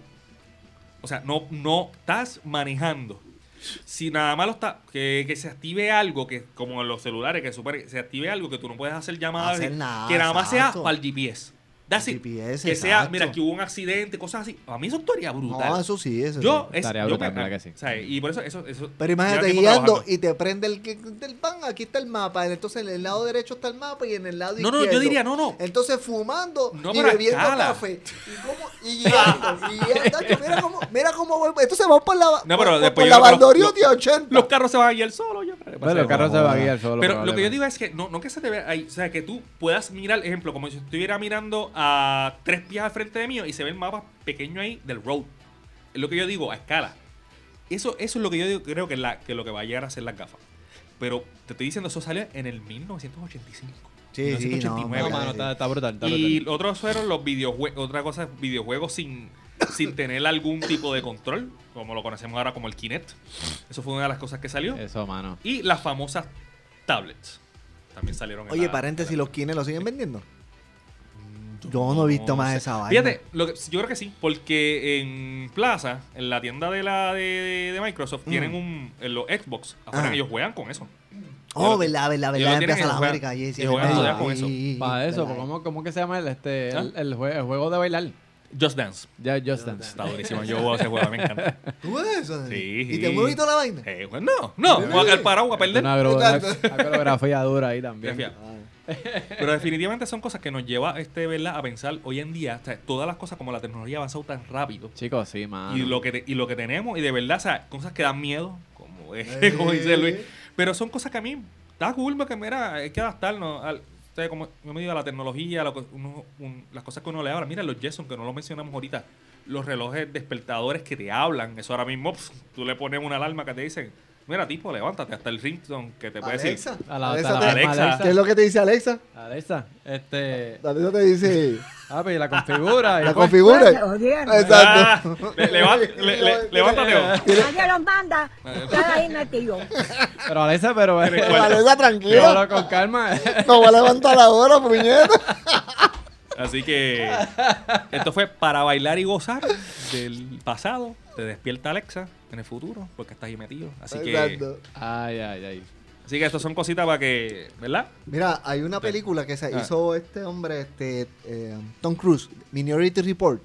[SPEAKER 7] O sea, no, no estás manejando. Si nada más lo está. Que, que se active algo, que como en los celulares, que super, se active algo que tú no puedes hacer llamadas.
[SPEAKER 6] Hacer nada,
[SPEAKER 7] que nada más
[SPEAKER 6] exacto.
[SPEAKER 7] sea para el GPS. That's it.
[SPEAKER 6] GPS,
[SPEAKER 7] que sea,
[SPEAKER 6] exacto.
[SPEAKER 7] mira, que hubo un accidente, cosas así. A mí eso estaría brutal.
[SPEAKER 6] No, eso sí, eso
[SPEAKER 7] Yo,
[SPEAKER 6] sí.
[SPEAKER 7] es,
[SPEAKER 5] Estaría
[SPEAKER 7] yo
[SPEAKER 5] brutal,
[SPEAKER 7] me-
[SPEAKER 5] ¿verdad que sí?
[SPEAKER 7] ¿sabes? Y por eso, eso, eso-
[SPEAKER 6] Pero imagínate
[SPEAKER 7] lleva tiempo
[SPEAKER 6] guiando
[SPEAKER 7] trabajando.
[SPEAKER 6] y te prende el que- del pan, aquí está el mapa. Entonces en el lado derecho está el mapa y en el lado
[SPEAKER 7] No, no,
[SPEAKER 6] izquierdo.
[SPEAKER 7] yo diría, no, no.
[SPEAKER 6] Entonces fumando
[SPEAKER 7] No,
[SPEAKER 6] y
[SPEAKER 7] pero
[SPEAKER 6] bebiendo
[SPEAKER 7] escala.
[SPEAKER 6] café. Y, como, y guiando. y guiando. Tacho, mira cómo, mira cómo voy. Entonces vamos por la,
[SPEAKER 7] No, pero
[SPEAKER 6] por- por,
[SPEAKER 7] después
[SPEAKER 6] por
[SPEAKER 7] yo creo
[SPEAKER 6] la
[SPEAKER 7] que los-
[SPEAKER 6] Vandorio
[SPEAKER 7] los-
[SPEAKER 6] de 80.
[SPEAKER 7] Los carros se van a guiar solo, yo creo.
[SPEAKER 5] Bueno, el carro se va a guiar solo.
[SPEAKER 7] Pero lo que yo
[SPEAKER 5] probablemente.
[SPEAKER 7] digo es que no, no que se te vea ahí, o sea, que tú puedas mirar, ejemplo, como si estuviera mirando a tres pies al frente de mío y se ve el mapa pequeño ahí del road. Es lo que yo digo, a escala. Eso, eso es lo que yo digo, creo que, la, que lo que va a llegar a ser las gafas. Pero te estoy diciendo, eso salió en el 1985.
[SPEAKER 6] Sí, sí, no,
[SPEAKER 7] 1989.
[SPEAKER 5] No,
[SPEAKER 6] Mira,
[SPEAKER 5] mano,
[SPEAKER 6] sí.
[SPEAKER 5] está, está brutal. Está
[SPEAKER 7] Y
[SPEAKER 5] brutal.
[SPEAKER 7] lo otro fueron los videojuegos, otra cosa es videojuegos sin, sin tener algún tipo de control, como lo conocemos ahora como el Kinect. Eso fue una de las cosas que salió.
[SPEAKER 5] Eso, mano.
[SPEAKER 7] Y las famosas tablets. También salieron en
[SPEAKER 6] Oye,
[SPEAKER 7] la-
[SPEAKER 6] paréntesis,
[SPEAKER 7] en la-
[SPEAKER 6] ¿los kines los siguen vendiendo? Yo no he visto más
[SPEAKER 7] Mm, sé.
[SPEAKER 6] esa vaina.
[SPEAKER 7] Fíjate, lo que- yo creo que sí, porque en Plaza, en la tienda de la de, de- de
[SPEAKER 6] Mm.
[SPEAKER 7] Microsoft, tienen un en los Xbox, afuera
[SPEAKER 6] Ajá.
[SPEAKER 7] ellos juegan con eso.
[SPEAKER 6] Ah. Oh,
[SPEAKER 7] Yo- yo
[SPEAKER 6] verdad, verdad, verdad.
[SPEAKER 7] lo
[SPEAKER 6] En
[SPEAKER 7] tienen
[SPEAKER 6] Plaza de
[SPEAKER 7] en
[SPEAKER 6] la
[SPEAKER 7] juego.
[SPEAKER 6] América. allí, sí,
[SPEAKER 7] Yo voy a
[SPEAKER 6] verdad.
[SPEAKER 7] joder con eso.
[SPEAKER 6] Sí,
[SPEAKER 5] Para eso, pues,
[SPEAKER 6] verdad.
[SPEAKER 5] ¿cómo, ¿cómo que se llama el, este,
[SPEAKER 7] ¿Ah?
[SPEAKER 5] el, el jue- el juego de bailar?
[SPEAKER 7] Just Dance.
[SPEAKER 5] Ya, Just Dance.
[SPEAKER 7] Está durísimo. Yo juego ese juego, me encanta.
[SPEAKER 6] ¿Tú ves eso?
[SPEAKER 7] Sí.
[SPEAKER 6] ¿Y te mueve toda la vaina?
[SPEAKER 7] Eh, pues no, no, voy a caer paraguas a perder.
[SPEAKER 5] Una, gro- una-
[SPEAKER 6] Exacto.
[SPEAKER 5] una coreografía dura ahí también.
[SPEAKER 7] Fía, fía. Pero definitivamente son cosas que nos lleva este, ¿verdad? a pensar hoy en día, o sea, todas las cosas como la tecnología ha avanzado tan rápido
[SPEAKER 5] Chicos, sí, mano.
[SPEAKER 7] y, lo que te- y lo que tenemos, y de verdad, o sea, cosas que dan miedo, como, es- como dice Luis, pero son cosas que a mí da culpa que mira, hay que adaptarnos al, o sea, como yo me digo, a la tecnología, a lo que uno- un- las cosas que uno le habla. Mira, los Jetson, que no lo mencionamos ahorita, los relojes despertadores que te hablan, eso ahora mismo, pf, tú le pones una alarma que te dicen, mira, tipo, levántate, hasta el ringtone que te puede decir.
[SPEAKER 6] Alexa.
[SPEAKER 5] A la-
[SPEAKER 6] Alexa,
[SPEAKER 5] a la-
[SPEAKER 6] te-
[SPEAKER 7] Alexa.
[SPEAKER 6] ¿Qué es lo que te dice Alexa?
[SPEAKER 5] Alexa, este.
[SPEAKER 6] Alexa te dice.
[SPEAKER 5] Ah, pero y la configura. y
[SPEAKER 6] La
[SPEAKER 5] pues-
[SPEAKER 6] configura.
[SPEAKER 7] Ah,
[SPEAKER 6] Exacto.
[SPEAKER 7] le- levant- le- le- levántate. oh.
[SPEAKER 3] Nadie los manda, está ahí metido.
[SPEAKER 5] Pero Alexa, pero.
[SPEAKER 7] Pero-
[SPEAKER 6] Alexa,
[SPEAKER 5] Pero
[SPEAKER 6] tranquila.
[SPEAKER 5] con calma.
[SPEAKER 6] No va a levantar ahora, puñeta.
[SPEAKER 7] Así que esto fue para bailar y gozar del pasado. Te despierta Alexa en el futuro porque estás ahí metido. Así que,
[SPEAKER 6] Exacto.
[SPEAKER 5] Ay, ay, ay.
[SPEAKER 7] así que estas son cositas para que, ¿verdad?
[SPEAKER 6] Mira, hay una película que se
[SPEAKER 7] Ah.
[SPEAKER 6] hizo este hombre, este eh, Tom Cruise, Minority Report.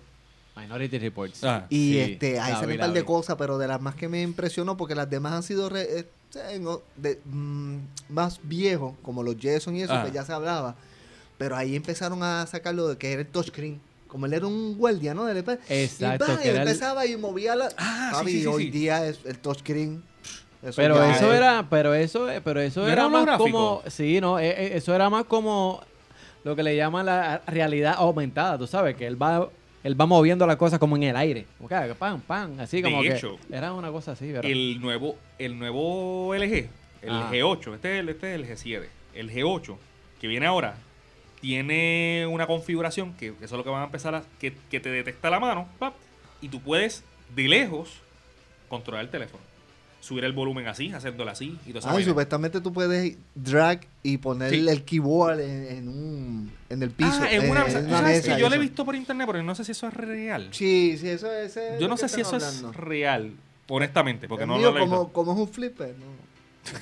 [SPEAKER 5] Minority Reports.
[SPEAKER 7] Ah.
[SPEAKER 6] Y
[SPEAKER 5] Sí,
[SPEAKER 6] este, ahí
[SPEAKER 5] la
[SPEAKER 6] salen
[SPEAKER 5] vi,
[SPEAKER 6] un
[SPEAKER 5] la
[SPEAKER 6] par de
[SPEAKER 5] vi.
[SPEAKER 6] cosas, pero de las más que me impresionó, porque las demás han sido re- eh, o sea, en o- de, mm, más viejos, como los Jason y eso,
[SPEAKER 7] Ah.
[SPEAKER 6] que ya se hablaba. Pero ahí empezaron a sacarlo de que era el touchscreen. Como él era un guardia, ¿no? Del espa-
[SPEAKER 5] Exacto,
[SPEAKER 6] Y, pa,
[SPEAKER 5] que era el-
[SPEAKER 6] empezaba y movía la.
[SPEAKER 7] Ah, sí,
[SPEAKER 6] Papi,
[SPEAKER 7] sí, sí,
[SPEAKER 6] hoy
[SPEAKER 7] sí.
[SPEAKER 6] día es el touchscreen. pff, eso
[SPEAKER 5] Pero
[SPEAKER 6] ya
[SPEAKER 5] eso
[SPEAKER 6] es-
[SPEAKER 5] era, pero eso, pero eso
[SPEAKER 7] ¿No
[SPEAKER 5] era,
[SPEAKER 7] era
[SPEAKER 5] más
[SPEAKER 7] holográfico?
[SPEAKER 5] como, sí, no, eh, eh, eso era más como lo que le llaman la realidad aumentada, tú sabes, que él va, él va moviendo las cosas como en el aire, como que pan, pan, así
[SPEAKER 7] De
[SPEAKER 5] como que
[SPEAKER 7] hecho,
[SPEAKER 5] era una cosa así, ¿verdad?
[SPEAKER 7] El nuevo, el nuevo LG, el
[SPEAKER 5] Ah.
[SPEAKER 7] G8, este es, el, este es el G7. El G8 que viene ahora tiene una configuración que eso es lo que van a empezar a. que, que te detecta la mano, ¡pap! y tú puedes de lejos controlar el teléfono. subir el volumen así, haciéndolo así y todo eso.
[SPEAKER 6] Ah, y supuestamente tú puedes drag y poner
[SPEAKER 7] Sí. Ah,
[SPEAKER 6] el keyboard en, en un, en el piso. eh,
[SPEAKER 7] en una mesa. ¿Sabes que yo lo he
[SPEAKER 6] eso.
[SPEAKER 7] visto por internet, pero no sé si eso es real.
[SPEAKER 6] Sí, sí, eso ese es.
[SPEAKER 7] yo
[SPEAKER 6] lo
[SPEAKER 7] no
[SPEAKER 6] que
[SPEAKER 7] sé si eso
[SPEAKER 6] están
[SPEAKER 7] es
[SPEAKER 6] hablando.
[SPEAKER 7] real, honestamente, porque
[SPEAKER 6] El
[SPEAKER 7] no
[SPEAKER 6] mío,
[SPEAKER 7] lo he
[SPEAKER 6] como,
[SPEAKER 7] visto.
[SPEAKER 6] como es un flipper, no.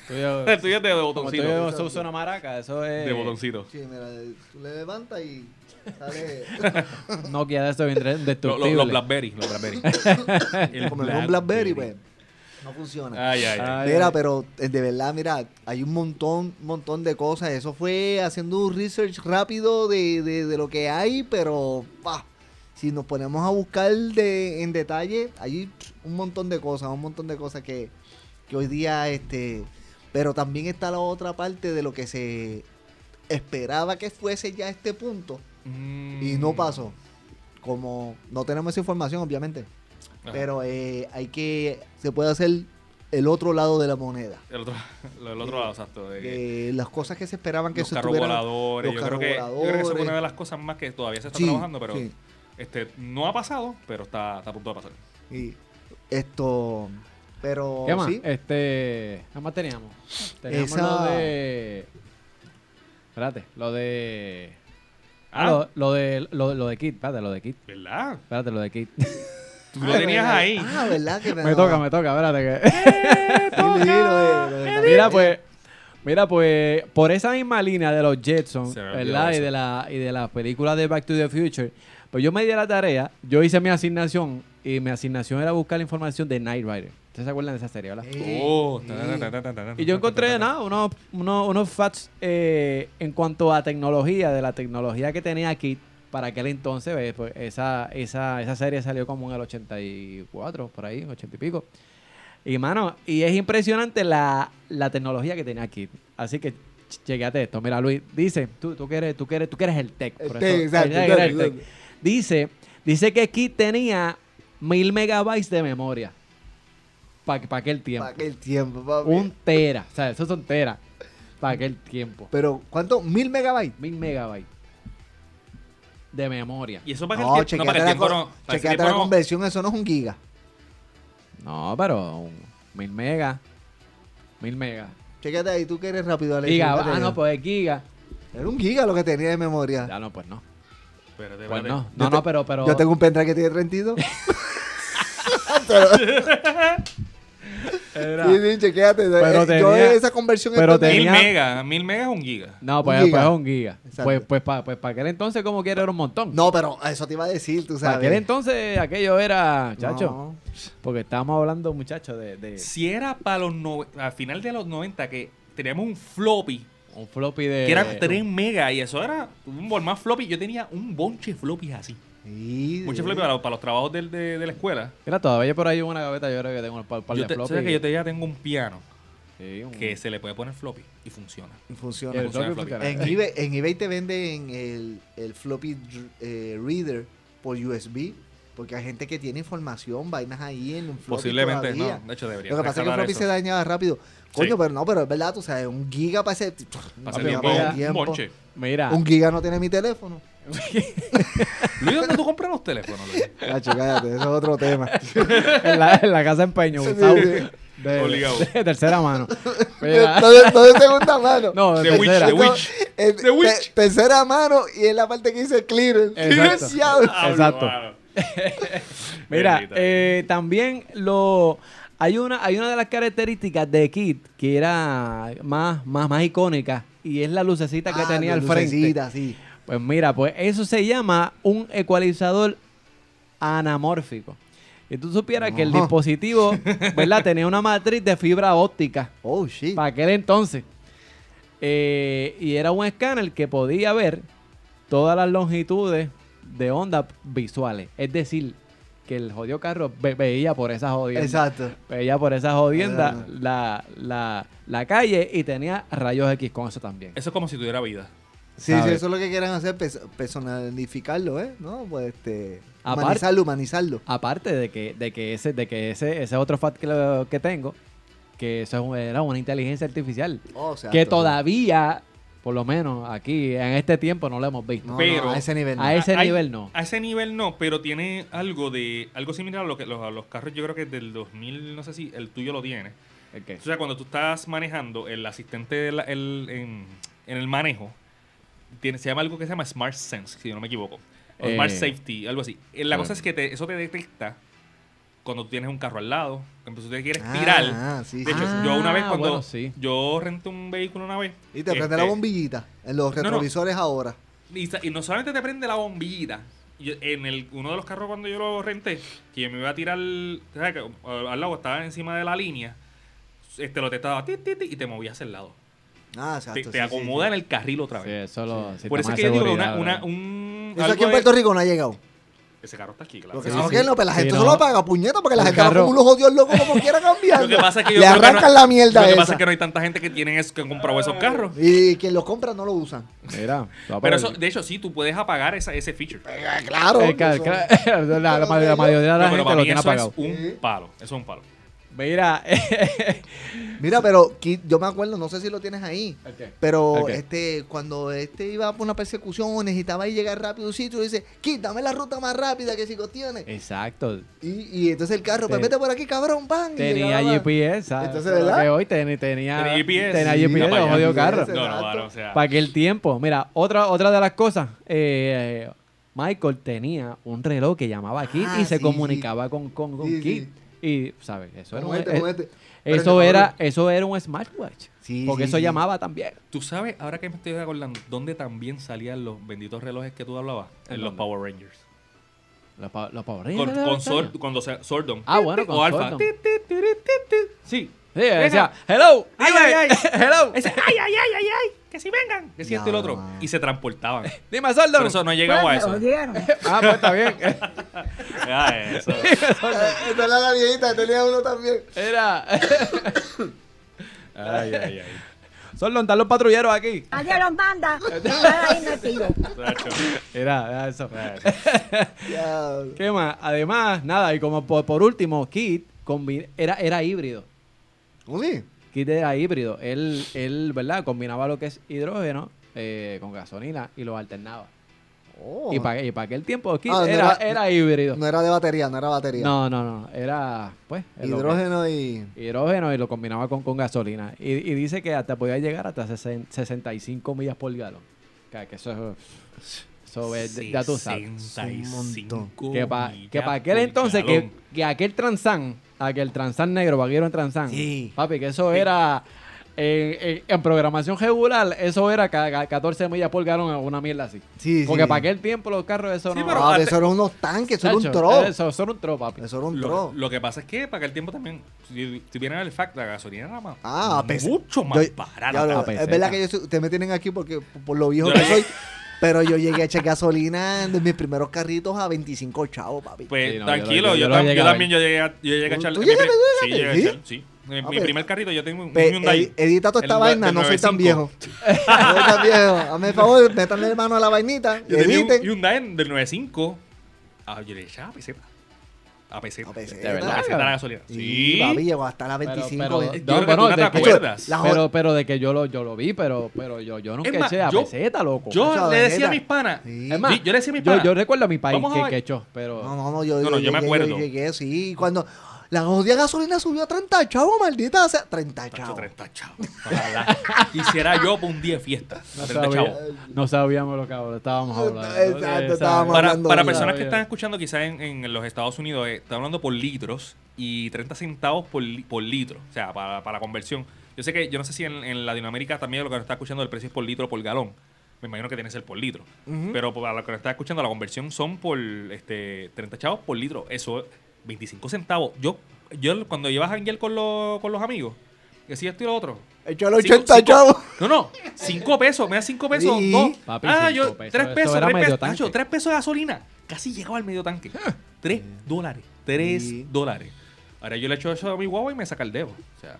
[SPEAKER 7] El tuyo es de
[SPEAKER 5] Como tú
[SPEAKER 7] botoncito.
[SPEAKER 5] yo, eso usa una maraca, eso es.
[SPEAKER 7] De botoncito.
[SPEAKER 6] Sí, mira, tú le levantas y sale
[SPEAKER 5] Nokia de eso bien re-
[SPEAKER 7] Lo- lo-
[SPEAKER 5] destructible.
[SPEAKER 7] Los Blackberry, los Blackberry. El Ah,
[SPEAKER 6] como un Blackberry, pues. No funciona.
[SPEAKER 7] Ay, ay, ay.
[SPEAKER 5] Ay,
[SPEAKER 6] Mira,
[SPEAKER 5] ay.
[SPEAKER 6] pero eh, de verdad, mira, hay un montón, montón de cosas. Eso fue haciendo un research rápido de, de- de lo que hay, pero bah, si nos ponemos a buscar de, en detalle, hay un montón de cosas, un montón de cosas que, que hoy día, este, pero también está la otra parte de lo que se esperaba que fuese ya a este punto
[SPEAKER 7] Mm.
[SPEAKER 6] y no pasó. Como no tenemos esa información, obviamente,
[SPEAKER 7] Ajá.
[SPEAKER 6] pero eh, hay que, se puede hacer el otro lado de la moneda
[SPEAKER 7] El otro, lo del otro lado, exacto. de que-
[SPEAKER 6] que las cosas que se esperaban que
[SPEAKER 7] los
[SPEAKER 6] se
[SPEAKER 7] carros voladores.
[SPEAKER 6] los
[SPEAKER 7] Yo creo, que,
[SPEAKER 6] carros
[SPEAKER 7] yo creo que eso es
[SPEAKER 6] voladores.
[SPEAKER 7] una de las cosas más que todavía se está
[SPEAKER 6] Sí,
[SPEAKER 7] trabajando, pero
[SPEAKER 6] sí.
[SPEAKER 7] este no ha pasado, pero está, está a punto de pasar.
[SPEAKER 6] Y esto, pero
[SPEAKER 5] ¿Qué más?
[SPEAKER 6] sí,
[SPEAKER 5] Este. ¿Qué más teníamos? Teníamos
[SPEAKER 6] Esa-
[SPEAKER 5] lo de. Espérate, lo de. Ah,
[SPEAKER 7] Ah.
[SPEAKER 5] lo, lo de lo, lo de Kit, espérate, lo de Kit.
[SPEAKER 7] ¿Verdad?
[SPEAKER 5] Espérate, lo de Kit.
[SPEAKER 7] Tú lo tenías
[SPEAKER 6] ¿verdad?
[SPEAKER 7] ahí.
[SPEAKER 6] Ah, verdad que
[SPEAKER 5] me toca, me toca, espérate que.
[SPEAKER 6] Sí, sí, lo de- lo de-
[SPEAKER 5] Mira, pues. Mira, pues, por esa misma línea de los Jetsons,
[SPEAKER 7] Se me olvidó
[SPEAKER 5] ¿verdad? Y
[SPEAKER 7] eso.
[SPEAKER 5] de, la, y de las películas de Back to the Future, pues yo me di a la tarea, yo hice mi asignación, y mi asignación era buscar la información de Knight Rider. ¿Ustedes se acuerdan de esa serie, verdad?
[SPEAKER 6] Sí,
[SPEAKER 7] Oh,
[SPEAKER 6] sí.
[SPEAKER 7] ta, ta, ta, ta, ta, ta,
[SPEAKER 5] Y yo
[SPEAKER 7] ta, ta,
[SPEAKER 5] encontré
[SPEAKER 7] ta, ta.
[SPEAKER 5] nada, unos, unos, unos facts eh, en cuanto a tecnología, de la tecnología que tenía Kit para aquel entonces. ¿ves? Pues esa, esa, esa serie salió como en el 84, por ahí, en 80 y pico. Y mano, y es impresionante la, la tecnología que tenía Kit. Así que ch- chequéate esto. Mira, Luis, dice, tú, tú, que eres, tú, que eres, tú que eres el tech.
[SPEAKER 6] El
[SPEAKER 5] por
[SPEAKER 6] tech,
[SPEAKER 5] eso-
[SPEAKER 6] exacto,
[SPEAKER 5] tú que eres el
[SPEAKER 6] exacto,
[SPEAKER 5] tech. Dice, dice que Kit tenía mil megabytes de memoria para aquel tiempo.
[SPEAKER 6] Para aquel tiempo, papi.
[SPEAKER 5] Un tera. O sea, eso son tera. Para aquel tiempo.
[SPEAKER 6] Pero, ¿cuánto? ¿Mil megabytes?
[SPEAKER 5] Mil megabytes. De memoria.
[SPEAKER 7] Y eso para que el tiempo, no, para que el
[SPEAKER 6] la,
[SPEAKER 7] tiempo
[SPEAKER 6] con-
[SPEAKER 7] no. para ese
[SPEAKER 6] chequéate la
[SPEAKER 7] tiempo no.
[SPEAKER 6] conversión, eso no es un giga.
[SPEAKER 5] No, pero un- mil megas. Mil megas.
[SPEAKER 6] Chequéate ahí, tú que eres rápido, Alex.
[SPEAKER 5] Giga.
[SPEAKER 6] chequéate
[SPEAKER 5] Ah,
[SPEAKER 6] ahí.
[SPEAKER 5] no, pues es giga.
[SPEAKER 6] Era un giga lo que tenía de memoria.
[SPEAKER 5] Ya no, pues no.
[SPEAKER 7] Espérate,
[SPEAKER 5] Pues
[SPEAKER 7] espérate.
[SPEAKER 5] no.
[SPEAKER 6] Ah. Yo
[SPEAKER 5] No,
[SPEAKER 6] te-
[SPEAKER 5] no, pero, pero.
[SPEAKER 6] Yo tengo un pendrive que tiene 32.
[SPEAKER 5] Era-
[SPEAKER 6] sí, sí, chequéate.
[SPEAKER 5] Pero
[SPEAKER 6] Eh, yo
[SPEAKER 5] tenía-
[SPEAKER 6] esa conversión
[SPEAKER 5] pero
[SPEAKER 6] entendí.
[SPEAKER 7] Mil
[SPEAKER 5] tenía-
[SPEAKER 7] megas, mil megas es un giga.
[SPEAKER 5] No,
[SPEAKER 6] Un
[SPEAKER 5] pues,
[SPEAKER 6] giga.
[SPEAKER 5] pues es un giga.
[SPEAKER 6] Exacto.
[SPEAKER 5] Pues, pues para pues, pa aquel entonces, como quiera, era un montón.
[SPEAKER 6] No, pero eso te iba a decir, tú
[SPEAKER 5] Para
[SPEAKER 6] sabes.
[SPEAKER 5] aquel entonces, aquello era. Chacho.
[SPEAKER 6] No.
[SPEAKER 5] Porque estábamos hablando, muchachos, de, de
[SPEAKER 7] Si era para los no... al final de los 90 que teníamos un floppy
[SPEAKER 5] un floppy de.
[SPEAKER 7] que era 3 megas y eso era un bol más floppy. Yo tenía un bonche de floppies así.
[SPEAKER 6] Sí,
[SPEAKER 7] Bonche de
[SPEAKER 6] sí.
[SPEAKER 7] floppy para, los- para los trabajos del- de, de la escuela.
[SPEAKER 5] Mira, todavía por ahí una gaveta, yo creo que tengo un par, par
[SPEAKER 7] Yo
[SPEAKER 5] de
[SPEAKER 7] te-
[SPEAKER 5] floppy.
[SPEAKER 7] ¿sabes que yo te- ya tengo un piano
[SPEAKER 5] Sí,
[SPEAKER 6] Mm.
[SPEAKER 5] un-
[SPEAKER 7] que se le puede poner floppy y funciona.
[SPEAKER 6] Y funciona.
[SPEAKER 5] El
[SPEAKER 7] funciona
[SPEAKER 5] floppy
[SPEAKER 7] el floppy.
[SPEAKER 5] funciona.
[SPEAKER 6] En eBay, en eBay te venden el, el floppy dr- eh, reader por USB. Porque hay gente que tiene información, vainas ahí en un floppy.
[SPEAKER 7] Posiblemente,
[SPEAKER 6] todavía.
[SPEAKER 7] no. De hecho, debería.
[SPEAKER 6] Lo que pasa es que el floppy se dañaba rápido. Coño, pero no, pero es verdad, tú sabes, un giga para ese.
[SPEAKER 7] Pasa
[SPEAKER 5] Papi,
[SPEAKER 7] tiempo,
[SPEAKER 5] no
[SPEAKER 6] para
[SPEAKER 5] pega
[SPEAKER 6] ese
[SPEAKER 7] un
[SPEAKER 6] tiempo.
[SPEAKER 7] bonche.
[SPEAKER 5] Mira,
[SPEAKER 6] Un giga no tiene mi teléfono.
[SPEAKER 7] Luis, ¿dónde tú compras los teléfonos, Luis?
[SPEAKER 6] Cacho, cállate, eso es otro tema.
[SPEAKER 5] en, la, en la casa en Peño, Gustavo, de,
[SPEAKER 7] Obligado.
[SPEAKER 5] de tercera mano. Mira,
[SPEAKER 6] No de, no de segunda mano.
[SPEAKER 5] no, de
[SPEAKER 7] The Witch,
[SPEAKER 5] tercera.
[SPEAKER 7] The Witch.
[SPEAKER 6] Es
[SPEAKER 7] The Witch.
[SPEAKER 6] te- tercera mano y es la parte que dice clearance.
[SPEAKER 5] Exacto.
[SPEAKER 6] Diablo.
[SPEAKER 5] Exacto.
[SPEAKER 7] Hablo, mano.
[SPEAKER 5] Mira,
[SPEAKER 7] Bendita.
[SPEAKER 5] eh, también lo hay una hay una de las características de Kit que era más más más icónica y es la lucecita que
[SPEAKER 6] Ah,
[SPEAKER 5] tenía al
[SPEAKER 6] la
[SPEAKER 5] frente.
[SPEAKER 6] lucecita, sí.
[SPEAKER 5] Pues mira, pues eso se llama un ecualizador anamórfico. Y tú supieras que el
[SPEAKER 6] Ajá.
[SPEAKER 5] dispositivo, ¿verdad? Tenía una matriz de fibra óptica.
[SPEAKER 6] Oh, shit.
[SPEAKER 5] para aquel entonces. Eh, y era un escáner que podía ver todas las longitudes de onda visuales. Es decir, que el jodido carro ve- veía por esas jodiendas.
[SPEAKER 6] Exacto.
[SPEAKER 5] Veía por esas jodiendas
[SPEAKER 6] Exacto.
[SPEAKER 5] la, la, la calle y tenía rayos X con eso también.
[SPEAKER 7] Eso es como si tuviera vida.
[SPEAKER 6] Sí,
[SPEAKER 5] ¿sabes?
[SPEAKER 6] sí, eso es lo que quieren hacer, pes- personificarlo, ¿eh? ¿No? Pues este.
[SPEAKER 5] Aparte-
[SPEAKER 6] Humanizarlo, humanizarlo.
[SPEAKER 5] Aparte de que, de que ese, de que ese, ese otro fat que, lo- que tengo, que eso es un- era una inteligencia artificial.
[SPEAKER 6] Oh, O sea,
[SPEAKER 5] Que
[SPEAKER 6] todo.
[SPEAKER 5] todavía, por lo menos aquí, en este tiempo, no lo hemos visto.
[SPEAKER 6] No, no,
[SPEAKER 7] Pero-
[SPEAKER 6] a ese nivel. no.
[SPEAKER 5] A ese
[SPEAKER 7] hay-
[SPEAKER 5] nivel no.
[SPEAKER 7] A ese nivel no, pero tiene algo de algo similar a lo que los, a los carros yo creo que del 2000, no sé si el tuyo lo tiene,
[SPEAKER 5] ¿El qué?
[SPEAKER 7] O sea, cuando tú estás manejando, el asistente de la- el- en, en el manejo tiene, se llama algo que se llama Smart Sense, si no me equivoco. O
[SPEAKER 5] Eh.
[SPEAKER 7] Smart Safety, algo así. Eh, La
[SPEAKER 5] Ah.
[SPEAKER 7] cosa es que te- eso te detecta cuando tú tienes un carro al lado, cuando tú te quieres
[SPEAKER 6] Ah,
[SPEAKER 7] tirar.
[SPEAKER 6] sí,
[SPEAKER 7] de
[SPEAKER 6] sí,
[SPEAKER 7] hecho,
[SPEAKER 5] sí.
[SPEAKER 7] yo una vez
[SPEAKER 5] Ah,
[SPEAKER 7] cuando
[SPEAKER 5] bueno, sí.
[SPEAKER 7] yo renté un vehículo una vez.
[SPEAKER 6] Y te prende la
[SPEAKER 7] este,
[SPEAKER 6] bombillita en los
[SPEAKER 7] no.
[SPEAKER 6] retrovisores ahora.
[SPEAKER 7] y, sa- y no solamente te prende la bombillita. Yo- en el, uno de los carros cuando yo lo renté, que yo me iba a tirar ¿sabes? que al al lado, estaba encima de la línea, este lo testaba ti, ti, ti, y te movías hacia el lado.
[SPEAKER 6] Ah,
[SPEAKER 7] Te,
[SPEAKER 6] exacto.
[SPEAKER 7] te
[SPEAKER 6] sí, sí,
[SPEAKER 7] acomoda
[SPEAKER 6] sí.
[SPEAKER 7] en el carril otra
[SPEAKER 5] Sí,
[SPEAKER 7] vez.
[SPEAKER 5] eso lo. sistema
[SPEAKER 7] Por eso es
[SPEAKER 5] de
[SPEAKER 7] que yo digo que una,
[SPEAKER 5] seguridad,
[SPEAKER 7] una,
[SPEAKER 5] ¿verdad?
[SPEAKER 7] un.
[SPEAKER 6] Eso aquí en
[SPEAKER 7] algo
[SPEAKER 6] Puerto
[SPEAKER 7] de-
[SPEAKER 6] Rico no ha llegado.
[SPEAKER 7] Ese carro está aquí, claro.
[SPEAKER 6] Lo que
[SPEAKER 5] Sí,
[SPEAKER 6] no
[SPEAKER 5] sí.
[SPEAKER 6] que no, pero la
[SPEAKER 5] Sí,
[SPEAKER 6] gente
[SPEAKER 5] no.
[SPEAKER 6] solo paga, puñeta, porque la
[SPEAKER 5] Un
[SPEAKER 6] gente va
[SPEAKER 5] carro-
[SPEAKER 6] como unos jodidos locos como quiera cambiando.
[SPEAKER 7] Lo que pasa es que yo
[SPEAKER 6] Le
[SPEAKER 7] creo que
[SPEAKER 6] arrancan
[SPEAKER 7] no-
[SPEAKER 6] la mierda
[SPEAKER 7] Lo que
[SPEAKER 6] esa.
[SPEAKER 7] pasa es que no hay tanta gente que tienen es que han comprado esos carros.
[SPEAKER 6] Y quien los compra no lo usan.
[SPEAKER 5] Mira, tú vas
[SPEAKER 7] Pero
[SPEAKER 5] para
[SPEAKER 7] eso,
[SPEAKER 5] el-
[SPEAKER 7] de hecho, sí, tú puedes apagar esa, ese feature.
[SPEAKER 6] Ah, Claro.
[SPEAKER 5] el ca-
[SPEAKER 6] eso-
[SPEAKER 5] el ca- la, la ma- la mayoría de la
[SPEAKER 7] No, pero
[SPEAKER 5] gente
[SPEAKER 7] para
[SPEAKER 5] lo
[SPEAKER 7] mí
[SPEAKER 5] tiene
[SPEAKER 7] eso es
[SPEAKER 5] apagado.
[SPEAKER 7] un palo. Eso es un palo.
[SPEAKER 5] Mira,
[SPEAKER 6] Mira, pero qui- yo me acuerdo, no sé si lo tienes ahí. Pero
[SPEAKER 5] Ok.
[SPEAKER 6] este, cuando este iba por una persecución o necesitaba ir llegar rápido a un sitio, dice, quítame la ruta más rápida que si tiene.
[SPEAKER 5] Eh. exacto.
[SPEAKER 6] Y, y entonces el carro,
[SPEAKER 5] Ten-
[SPEAKER 6] pues vete por aquí, cabrón, pan.
[SPEAKER 5] Tenía pues, GPS. ¿sabes?
[SPEAKER 6] Entonces,
[SPEAKER 5] Eso es lo
[SPEAKER 6] ¿verdad?
[SPEAKER 5] que hoy ten- tenía,
[SPEAKER 7] Tenía GPS.
[SPEAKER 5] Tenía
[SPEAKER 6] Sí,
[SPEAKER 5] GPS,
[SPEAKER 7] No,
[SPEAKER 5] los
[SPEAKER 7] para
[SPEAKER 5] jodidos
[SPEAKER 6] allá.
[SPEAKER 5] carros.
[SPEAKER 7] No, no, no, o sea.
[SPEAKER 5] Para aquel tiempo. Mira, otra, otra de las cosas. eh, Michael tenía un reloj que llamaba Kit
[SPEAKER 6] Ah,
[SPEAKER 5] y se
[SPEAKER 6] sí,
[SPEAKER 5] comunicaba con, con, con
[SPEAKER 6] Sí,
[SPEAKER 5] Kit.
[SPEAKER 6] sí.
[SPEAKER 5] Y, ¿sabes? Eso era, un,
[SPEAKER 6] Muévete,
[SPEAKER 5] eh,
[SPEAKER 6] muévete.
[SPEAKER 5] eso
[SPEAKER 6] Espérate,
[SPEAKER 5] era,
[SPEAKER 6] cabrón.
[SPEAKER 5] eso era un smartwatch.
[SPEAKER 6] Sí,
[SPEAKER 5] porque
[SPEAKER 6] sí,
[SPEAKER 5] eso
[SPEAKER 6] sí.
[SPEAKER 5] llamaba también.
[SPEAKER 7] Tú sabes, ahora que me estoy acordando, ¿dónde también salían los benditos relojes que tú hablabas? En los
[SPEAKER 5] dónde?
[SPEAKER 7] Power Rangers.
[SPEAKER 5] Los, pa- los Power
[SPEAKER 7] Con,
[SPEAKER 5] Rangers,
[SPEAKER 7] con
[SPEAKER 5] ¿verdad?
[SPEAKER 7] Sor- cuando se- Sordon.
[SPEAKER 5] Ah, bueno,
[SPEAKER 7] O
[SPEAKER 5] con
[SPEAKER 7] Alpha.
[SPEAKER 5] Sordon.
[SPEAKER 7] Ti, ti, ti, ri, ti, ti. Sí.
[SPEAKER 5] Sí, decía, hello,
[SPEAKER 7] Ay,
[SPEAKER 5] dime,
[SPEAKER 7] ay, ay.
[SPEAKER 5] hello,
[SPEAKER 7] Ese, ay, ay, ay, ay, ay, que si vengan, que si esto y lo otro.
[SPEAKER 6] Ya.
[SPEAKER 7] Y se transportaban.
[SPEAKER 5] dime, Sordon.
[SPEAKER 7] Pero eso no llegamos a
[SPEAKER 3] Bueno,
[SPEAKER 7] eso.
[SPEAKER 3] oyeron.
[SPEAKER 5] Ah, pues está bien.
[SPEAKER 7] Ah, eso.
[SPEAKER 6] Eh, Esta era la viejita, tenía uno también.
[SPEAKER 5] Era,
[SPEAKER 7] Ay, ay, ay.
[SPEAKER 5] Sordon, están los patrulleros aquí.
[SPEAKER 3] Oyeron, banda. Ahí no estoy yo.
[SPEAKER 7] Tacho.
[SPEAKER 5] Era, era eso.
[SPEAKER 6] Ya.
[SPEAKER 5] ¿Qué más? Además, nada, y como por, por último, Kit combi- era, era híbrido.
[SPEAKER 6] ¿Cómo sí?
[SPEAKER 5] Kit era híbrido. Él, él, ¿verdad? Combinaba lo que es hidrógeno eh, con gasolina y lo alternaba.
[SPEAKER 6] Oh.
[SPEAKER 5] Y para aquel tiempo, Kit
[SPEAKER 6] Ah, no
[SPEAKER 5] era,
[SPEAKER 6] era-
[SPEAKER 5] era híbrido.
[SPEAKER 6] No era de batería, no era batería.
[SPEAKER 5] No, no, no. Era, pues. es lo que-
[SPEAKER 6] Hidrógeno y.
[SPEAKER 5] hidrógeno y lo combinaba con, con gasolina. Y, y dice que hasta podía llegar hasta sesen- 65 millas por galón. Que, que eso es. Eso es- ya tú sabes.
[SPEAKER 7] 65
[SPEAKER 5] Que para que
[SPEAKER 7] millas
[SPEAKER 5] pa aquel
[SPEAKER 7] por
[SPEAKER 5] entonces, que,
[SPEAKER 7] galón.
[SPEAKER 5] que aquel Transán, aquel Transán negro, vaquero en Transán,
[SPEAKER 6] Sí.
[SPEAKER 5] papi, que eso era. En, en- en programación regular, eso era ca- ca- 14 millas por galón, una mierda así.
[SPEAKER 6] Sí,
[SPEAKER 5] Porque
[SPEAKER 6] sí.
[SPEAKER 5] para aquel tiempo los carros, eso
[SPEAKER 7] Sí,
[SPEAKER 5] no.
[SPEAKER 7] pero-
[SPEAKER 6] Ah,
[SPEAKER 7] antes-
[SPEAKER 6] eso era unos tanques, eso era un
[SPEAKER 5] Chacho, eh,
[SPEAKER 6] tro. Eso
[SPEAKER 5] Eso, eso era un tro, papi.
[SPEAKER 6] era un
[SPEAKER 7] Lo,
[SPEAKER 6] tro.
[SPEAKER 7] lo que pasa es que para aquel tiempo también, si, si vienen el fact, la gasolina era más,
[SPEAKER 6] Ah, a pesar-
[SPEAKER 7] mucho
[SPEAKER 6] yo-
[SPEAKER 7] más
[SPEAKER 6] Ya
[SPEAKER 7] barata.
[SPEAKER 6] lo-
[SPEAKER 5] a peseta.
[SPEAKER 6] es verdad que yo soy- ustedes me tienen aquí porque por lo viejo
[SPEAKER 7] Yo
[SPEAKER 6] que
[SPEAKER 7] le-
[SPEAKER 6] soy. Pero yo llegué a echar gasolina de mis primeros carritos a 25 chavos, papi.
[SPEAKER 7] Pues
[SPEAKER 5] Sí, no, yo
[SPEAKER 7] tranquilo,
[SPEAKER 5] lo- yo
[SPEAKER 7] yo,
[SPEAKER 5] lo
[SPEAKER 7] tam- yo
[SPEAKER 5] llegué a
[SPEAKER 7] también yo llegué a, yo llegué a
[SPEAKER 6] ¿Tú-
[SPEAKER 7] echar.
[SPEAKER 6] tú
[SPEAKER 7] mi
[SPEAKER 6] llegaste,
[SPEAKER 7] prim-
[SPEAKER 6] tú
[SPEAKER 7] sí,
[SPEAKER 6] llegaste?
[SPEAKER 7] llegué a
[SPEAKER 6] ¿Sí?
[SPEAKER 7] echar, sí. Mi,
[SPEAKER 6] Ah,
[SPEAKER 7] mi
[SPEAKER 6] pues-
[SPEAKER 7] primer carrito, yo tengo un,
[SPEAKER 6] Pe-
[SPEAKER 7] un Hyundai.
[SPEAKER 6] ed- edita toda esta
[SPEAKER 7] El-
[SPEAKER 6] vaina,
[SPEAKER 7] del
[SPEAKER 6] no soy tan
[SPEAKER 7] 95.
[SPEAKER 6] viejo. No soy tan viejo. Hazme el favor, métanle el mano a la vainita.
[SPEAKER 7] Yo tenía un
[SPEAKER 6] editen.
[SPEAKER 7] Hyundai del 95. Ah, yo le echaba a peseta. A peseta.
[SPEAKER 6] A peseta.
[SPEAKER 5] De verdad.
[SPEAKER 7] A peseta la gasolina.
[SPEAKER 6] Sí,
[SPEAKER 7] Sí.
[SPEAKER 6] papi, llegó hasta la 25.
[SPEAKER 5] Pero,
[SPEAKER 6] eh.
[SPEAKER 7] Yo creo que
[SPEAKER 5] pero,
[SPEAKER 7] tú
[SPEAKER 5] no,
[SPEAKER 7] no te
[SPEAKER 5] de que-
[SPEAKER 7] acuerdas.
[SPEAKER 6] La
[SPEAKER 5] pero, pero de que yo lo, yo lo vi, pero, pero yo, yo nunca
[SPEAKER 7] Es más,
[SPEAKER 5] eché a
[SPEAKER 7] yo-
[SPEAKER 5] peseta, loco.
[SPEAKER 7] Yo
[SPEAKER 6] Mucha
[SPEAKER 7] le decía a
[SPEAKER 6] vaineta.
[SPEAKER 7] mis panas.
[SPEAKER 6] Sí.
[SPEAKER 5] Es más,
[SPEAKER 7] sí, yo le decía a mis
[SPEAKER 5] yo,
[SPEAKER 7] panas.
[SPEAKER 5] yo recuerdo a mi país
[SPEAKER 7] Vamos a
[SPEAKER 5] que,
[SPEAKER 7] ver.
[SPEAKER 5] que echó, pero...
[SPEAKER 6] No, no, no, yo,
[SPEAKER 7] No, no, yo me
[SPEAKER 6] llegué,
[SPEAKER 7] acuerdo.
[SPEAKER 6] llegué, sí. Cuando la jodida gasolina subió a 30 chavos, maldita sea. 30
[SPEAKER 7] Tacho,
[SPEAKER 6] chavos.
[SPEAKER 7] 30 chavos. Ojalá. Quisiera yo por un día de fiesta.
[SPEAKER 5] No,
[SPEAKER 7] a 30
[SPEAKER 5] sabía-
[SPEAKER 7] chavos.
[SPEAKER 5] no sabíamos lo que ahora estábamos hablando.
[SPEAKER 6] Exacto,
[SPEAKER 5] Esa-
[SPEAKER 6] estábamos
[SPEAKER 7] Para,
[SPEAKER 6] hablando
[SPEAKER 7] para
[SPEAKER 6] de-
[SPEAKER 7] personas que
[SPEAKER 5] Sabía.
[SPEAKER 7] están escuchando quizás en, en los Estados Unidos, eh, están hablando por litros y 30 centavos por, li- por litro, o sea, para, para conversión. Yo sé que, yo no sé si en, en Latinoamérica también lo que nos está escuchando el precio es por litro o por galón. Me imagino que tiene que ser por litro. Pero para lo que nos está escuchando, la conversión son por este 30 chavos por litro. Eso, 25 centavos. Yo, yo cuando llevas a janguear con, los- con los amigos, que si esto y lo otro,
[SPEAKER 6] Echó los
[SPEAKER 7] Cinco-
[SPEAKER 6] 80
[SPEAKER 7] cinco-
[SPEAKER 6] chavos.
[SPEAKER 7] No, no. 5 pesos. Me da 5 pesos.
[SPEAKER 6] Sí.
[SPEAKER 7] No.
[SPEAKER 5] Papi,
[SPEAKER 7] ah,
[SPEAKER 5] cinco
[SPEAKER 7] yo. 3
[SPEAKER 5] pesos,
[SPEAKER 7] pesos.
[SPEAKER 5] eso
[SPEAKER 7] 3 pesos,
[SPEAKER 5] era medio tanque.
[SPEAKER 7] Nacho, tres pesos de gasolina. Casi llegaba al medio tanque. 3 dólares. 3
[SPEAKER 6] Sí.
[SPEAKER 7] dólares. Ahora yo le echo eso a mi guagua y me saca el dedo. O sea.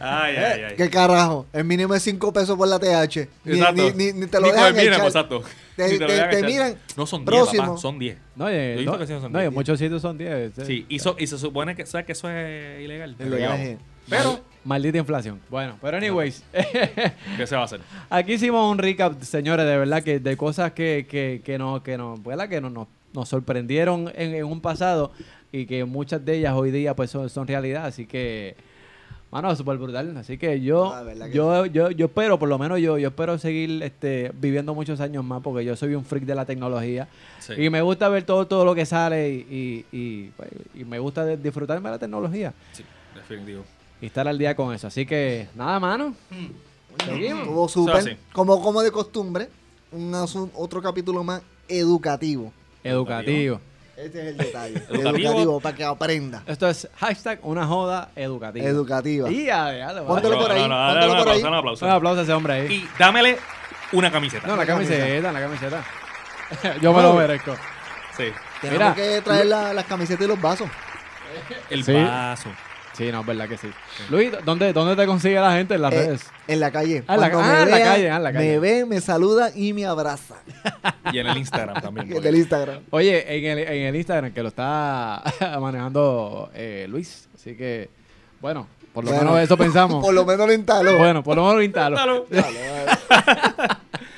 [SPEAKER 7] ay, ay, ay.
[SPEAKER 6] ¿Qué carajo? El mínimo es 5 pesos por la TH. Ni,
[SPEAKER 7] Exacto.
[SPEAKER 6] ni, ni- ni te lo
[SPEAKER 7] Ni con el
[SPEAKER 6] dejan
[SPEAKER 7] mínimo,
[SPEAKER 6] echar.
[SPEAKER 7] exacto.
[SPEAKER 6] Te-
[SPEAKER 7] Ni lo
[SPEAKER 6] te-
[SPEAKER 7] dejan
[SPEAKER 6] te
[SPEAKER 7] echar.
[SPEAKER 6] miran.
[SPEAKER 7] No son 10,
[SPEAKER 6] Próximo.
[SPEAKER 7] papá. Son 10.
[SPEAKER 5] No, eh,
[SPEAKER 7] Yo he visto
[SPEAKER 5] no,
[SPEAKER 7] que sí son
[SPEAKER 5] no, en
[SPEAKER 7] diez.
[SPEAKER 5] muchos sitios son eh, 10.
[SPEAKER 7] Sí. Y, so- y se supone que, ¿sabes que eso es ilegal? Pero,
[SPEAKER 6] Ilegal,
[SPEAKER 7] digamos,
[SPEAKER 6] sí.
[SPEAKER 7] pero
[SPEAKER 5] Maldita inflación. Bueno, pero anyways,
[SPEAKER 7] ¿qué se va a hacer?
[SPEAKER 5] Aquí hicimos un recap, señores, de verdad que de cosas que, que, que nos, que nos, ¿verdad? Que nos, nos, nos sorprendieron en, en un pasado. y que muchas de ellas hoy día pues son, son realidad, así que mano, súper brutal, así que yo
[SPEAKER 6] Ah, ¿verdad que
[SPEAKER 5] yo, yo yo espero, por lo menos yo yo espero seguir este viviendo muchos años más porque yo soy un freak de la tecnología
[SPEAKER 7] Sí.
[SPEAKER 5] y me gusta ver todo todo lo que sale y, y, y, pues, y me gusta de- disfrutarme de la tecnología
[SPEAKER 7] Sí, definitivo.
[SPEAKER 5] y estar al día con eso, así que nada, mano. Seguimos.
[SPEAKER 6] Estuvo
[SPEAKER 7] Eso
[SPEAKER 6] súper.
[SPEAKER 7] sí.
[SPEAKER 6] Como, como de costumbre, un asun- otro capítulo más educativo.
[SPEAKER 5] Educativo.
[SPEAKER 6] Este es el detalle.
[SPEAKER 7] Educativo.
[SPEAKER 6] educativo, para que aprenda.
[SPEAKER 5] Esto es hashtag una joda educativa.
[SPEAKER 6] Educativa.
[SPEAKER 5] Y a- ya lo-
[SPEAKER 6] Póntelo por ahí,
[SPEAKER 7] dale,
[SPEAKER 6] póntelo
[SPEAKER 7] un
[SPEAKER 6] por
[SPEAKER 7] aplauso,
[SPEAKER 6] ahí.
[SPEAKER 7] dale un aplauso.
[SPEAKER 5] Un aplauso a ese hombre ahí.
[SPEAKER 7] Y dámele una camiseta.
[SPEAKER 5] No, la
[SPEAKER 6] la
[SPEAKER 5] camiseta, la camiseta. Yo me lo merezco.
[SPEAKER 7] Sí.
[SPEAKER 6] Tenemos
[SPEAKER 5] Mira,
[SPEAKER 6] que traer la- las camisetas y los vasos.
[SPEAKER 7] El
[SPEAKER 5] Sí.
[SPEAKER 7] vaso.
[SPEAKER 5] Sí, no, es verdad que sí. Luis, ¿dónde, dónde te consigue la gente en las
[SPEAKER 6] Eh,
[SPEAKER 5] redes?
[SPEAKER 6] en la calle.
[SPEAKER 5] Ah, en la-
[SPEAKER 6] Cuando
[SPEAKER 5] ah,
[SPEAKER 6] me
[SPEAKER 5] en la
[SPEAKER 6] vean,
[SPEAKER 5] calle, ah, en la calle.
[SPEAKER 6] Me ven, me saludan y me abrazan.
[SPEAKER 7] Y en el Instagram también. porque-
[SPEAKER 6] Del Instagram.
[SPEAKER 5] Oye, en el, en el Instagram que lo está manejando eh, Luis. Así que, bueno, por lo
[SPEAKER 6] Bueno,
[SPEAKER 5] menos eso pensamos.
[SPEAKER 6] Por lo menos lo instaló.
[SPEAKER 5] bueno, por lo menos pintalo.
[SPEAKER 7] Dalo.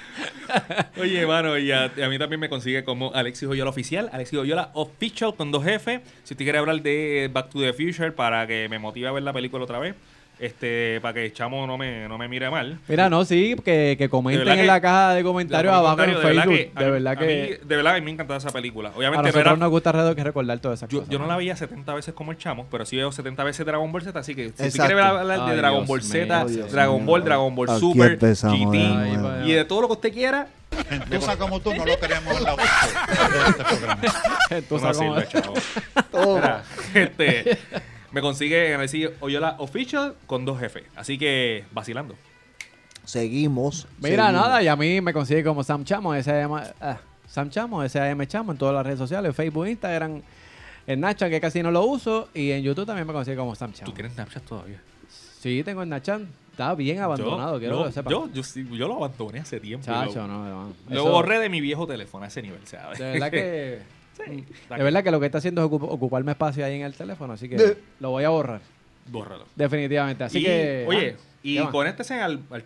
[SPEAKER 7] Oye, mano, y a, y a mí también me consigue como Alexis Oyola Oficial, Alexis Oyola Official con dos F. Si usted quiere hablar de Back to the Future para que me motive a ver la película otra vez, este, para que el chamo no me, no me mire mal.
[SPEAKER 5] Mira, no, sí, que, que comenten
[SPEAKER 7] De verdad
[SPEAKER 5] en la
[SPEAKER 7] que-
[SPEAKER 5] caja de comentarios
[SPEAKER 7] Los
[SPEAKER 5] abajo en
[SPEAKER 7] comentarios,
[SPEAKER 5] Facebook.
[SPEAKER 7] a
[SPEAKER 5] De
[SPEAKER 7] mí-
[SPEAKER 5] verdad
[SPEAKER 7] a mí-
[SPEAKER 5] que.
[SPEAKER 7] de verdad, a mí me encantaba esa película.
[SPEAKER 5] A
[SPEAKER 7] Obviamente,
[SPEAKER 5] nosotros
[SPEAKER 7] verá,
[SPEAKER 5] nos gusta alrededor que recordar todas esas
[SPEAKER 7] yo,
[SPEAKER 5] cosas.
[SPEAKER 7] yo no la
[SPEAKER 5] mano.
[SPEAKER 7] veía 70 veces como el chamo, pero sí veo 70 veces Dragon Ball Z, así que si usted
[SPEAKER 6] Exacto.
[SPEAKER 7] quiere hablar de
[SPEAKER 5] Ay,
[SPEAKER 7] Dragon
[SPEAKER 5] Dios
[SPEAKER 7] Ball
[SPEAKER 5] mío,
[SPEAKER 7] Z,
[SPEAKER 5] Dios
[SPEAKER 7] Dragon
[SPEAKER 6] mío.
[SPEAKER 7] Ball, Dragon Ball
[SPEAKER 6] Aquí
[SPEAKER 7] Super,
[SPEAKER 6] empezamos de
[SPEAKER 5] nuevo.
[SPEAKER 7] GT, y de todo lo que usted quiera,
[SPEAKER 8] Gentuza como tú no lo queremos en la oficina de este programa.
[SPEAKER 7] no
[SPEAKER 5] Tú
[SPEAKER 7] me
[SPEAKER 5] sabes cómo-
[SPEAKER 7] sirve, chavo.
[SPEAKER 6] Todo.
[SPEAKER 7] Mira, este, me consigue en el sitio Oyola Official con dos jefes. Así que vacilando.
[SPEAKER 6] Seguimos.
[SPEAKER 5] Mira,
[SPEAKER 6] seguimos.
[SPEAKER 5] nada, y a mí me consigue como Sam Chamo, S.A.M. ah, Sam Chamo, S.A.M. Chamo en todas las redes sociales, Facebook, Instagram, en Nacha, que casi no lo uso, y en YouTube también me consigue como Sam Chamo.
[SPEAKER 7] ¿Tú tienes Snapchat todavía?
[SPEAKER 5] Sí, tengo en Nacha, está bien abandonado,
[SPEAKER 7] yo,
[SPEAKER 5] quiero
[SPEAKER 7] no,
[SPEAKER 5] que lo sepas.
[SPEAKER 7] Yo, yo, sí, yo lo abandoné hace tiempo.
[SPEAKER 5] Chacho,
[SPEAKER 7] lo,
[SPEAKER 5] no, hermano.
[SPEAKER 7] lo
[SPEAKER 5] Eso-
[SPEAKER 7] borré de mi viejo teléfono a ese nivel, ¿sabes?
[SPEAKER 5] De verdad que... mm,
[SPEAKER 7] sí,
[SPEAKER 5] De verdad que lo que está haciendo es ocup- ocuparme espacio ahí en el teléfono, así que
[SPEAKER 6] De-
[SPEAKER 5] lo voy a borrar,
[SPEAKER 7] Bórralo.
[SPEAKER 5] definitivamente. Así
[SPEAKER 7] y,
[SPEAKER 5] que...
[SPEAKER 7] Oye,
[SPEAKER 5] ah,
[SPEAKER 7] y
[SPEAKER 5] ¿qué más?
[SPEAKER 7] conéctese al, al,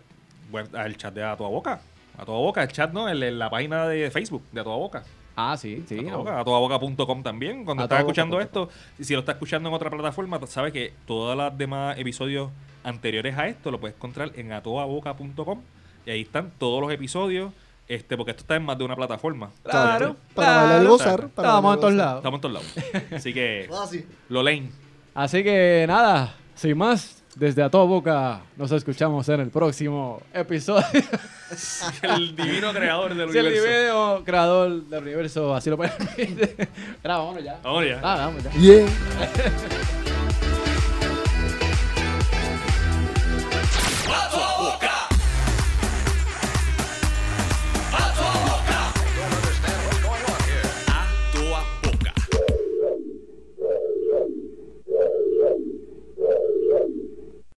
[SPEAKER 7] bueno, al chat de A Toda Boca. A Toda Boca, el chat, ¿no? En la página de Facebook de A Toda Boca.
[SPEAKER 5] Ah, sí, sí.
[SPEAKER 7] a toda
[SPEAKER 5] no.
[SPEAKER 7] boca, a todaboca.com también. Cuando
[SPEAKER 5] A
[SPEAKER 7] estás
[SPEAKER 5] todaboca
[SPEAKER 7] escuchando
[SPEAKER 5] punto
[SPEAKER 7] esto, y si lo estás escuchando en otra plataforma, sabes que todos los demás episodios anteriores a esto lo puedes encontrar en atodaboca.com y ahí están todos los episodios, este porque esto está en más de una plataforma.
[SPEAKER 5] Claro,
[SPEAKER 6] Para bailar y
[SPEAKER 5] claro.
[SPEAKER 6] gozar. para
[SPEAKER 5] Estábamos
[SPEAKER 6] bailar
[SPEAKER 5] en
[SPEAKER 6] y
[SPEAKER 5] todos
[SPEAKER 6] gozar.
[SPEAKER 5] lados.
[SPEAKER 7] Estamos en todos lados. Así que,
[SPEAKER 6] Ah, sí.
[SPEAKER 7] lo leen.
[SPEAKER 5] Así que nada, sin más, desde a toda boca, nos escuchamos en el próximo episodio.
[SPEAKER 7] El divino creador del
[SPEAKER 5] si el
[SPEAKER 7] universo.
[SPEAKER 5] video creador del universo así lo permite. Era, vámonos ya.
[SPEAKER 7] Vamos ya.
[SPEAKER 5] Ah, vamos ya.
[SPEAKER 6] Yeah.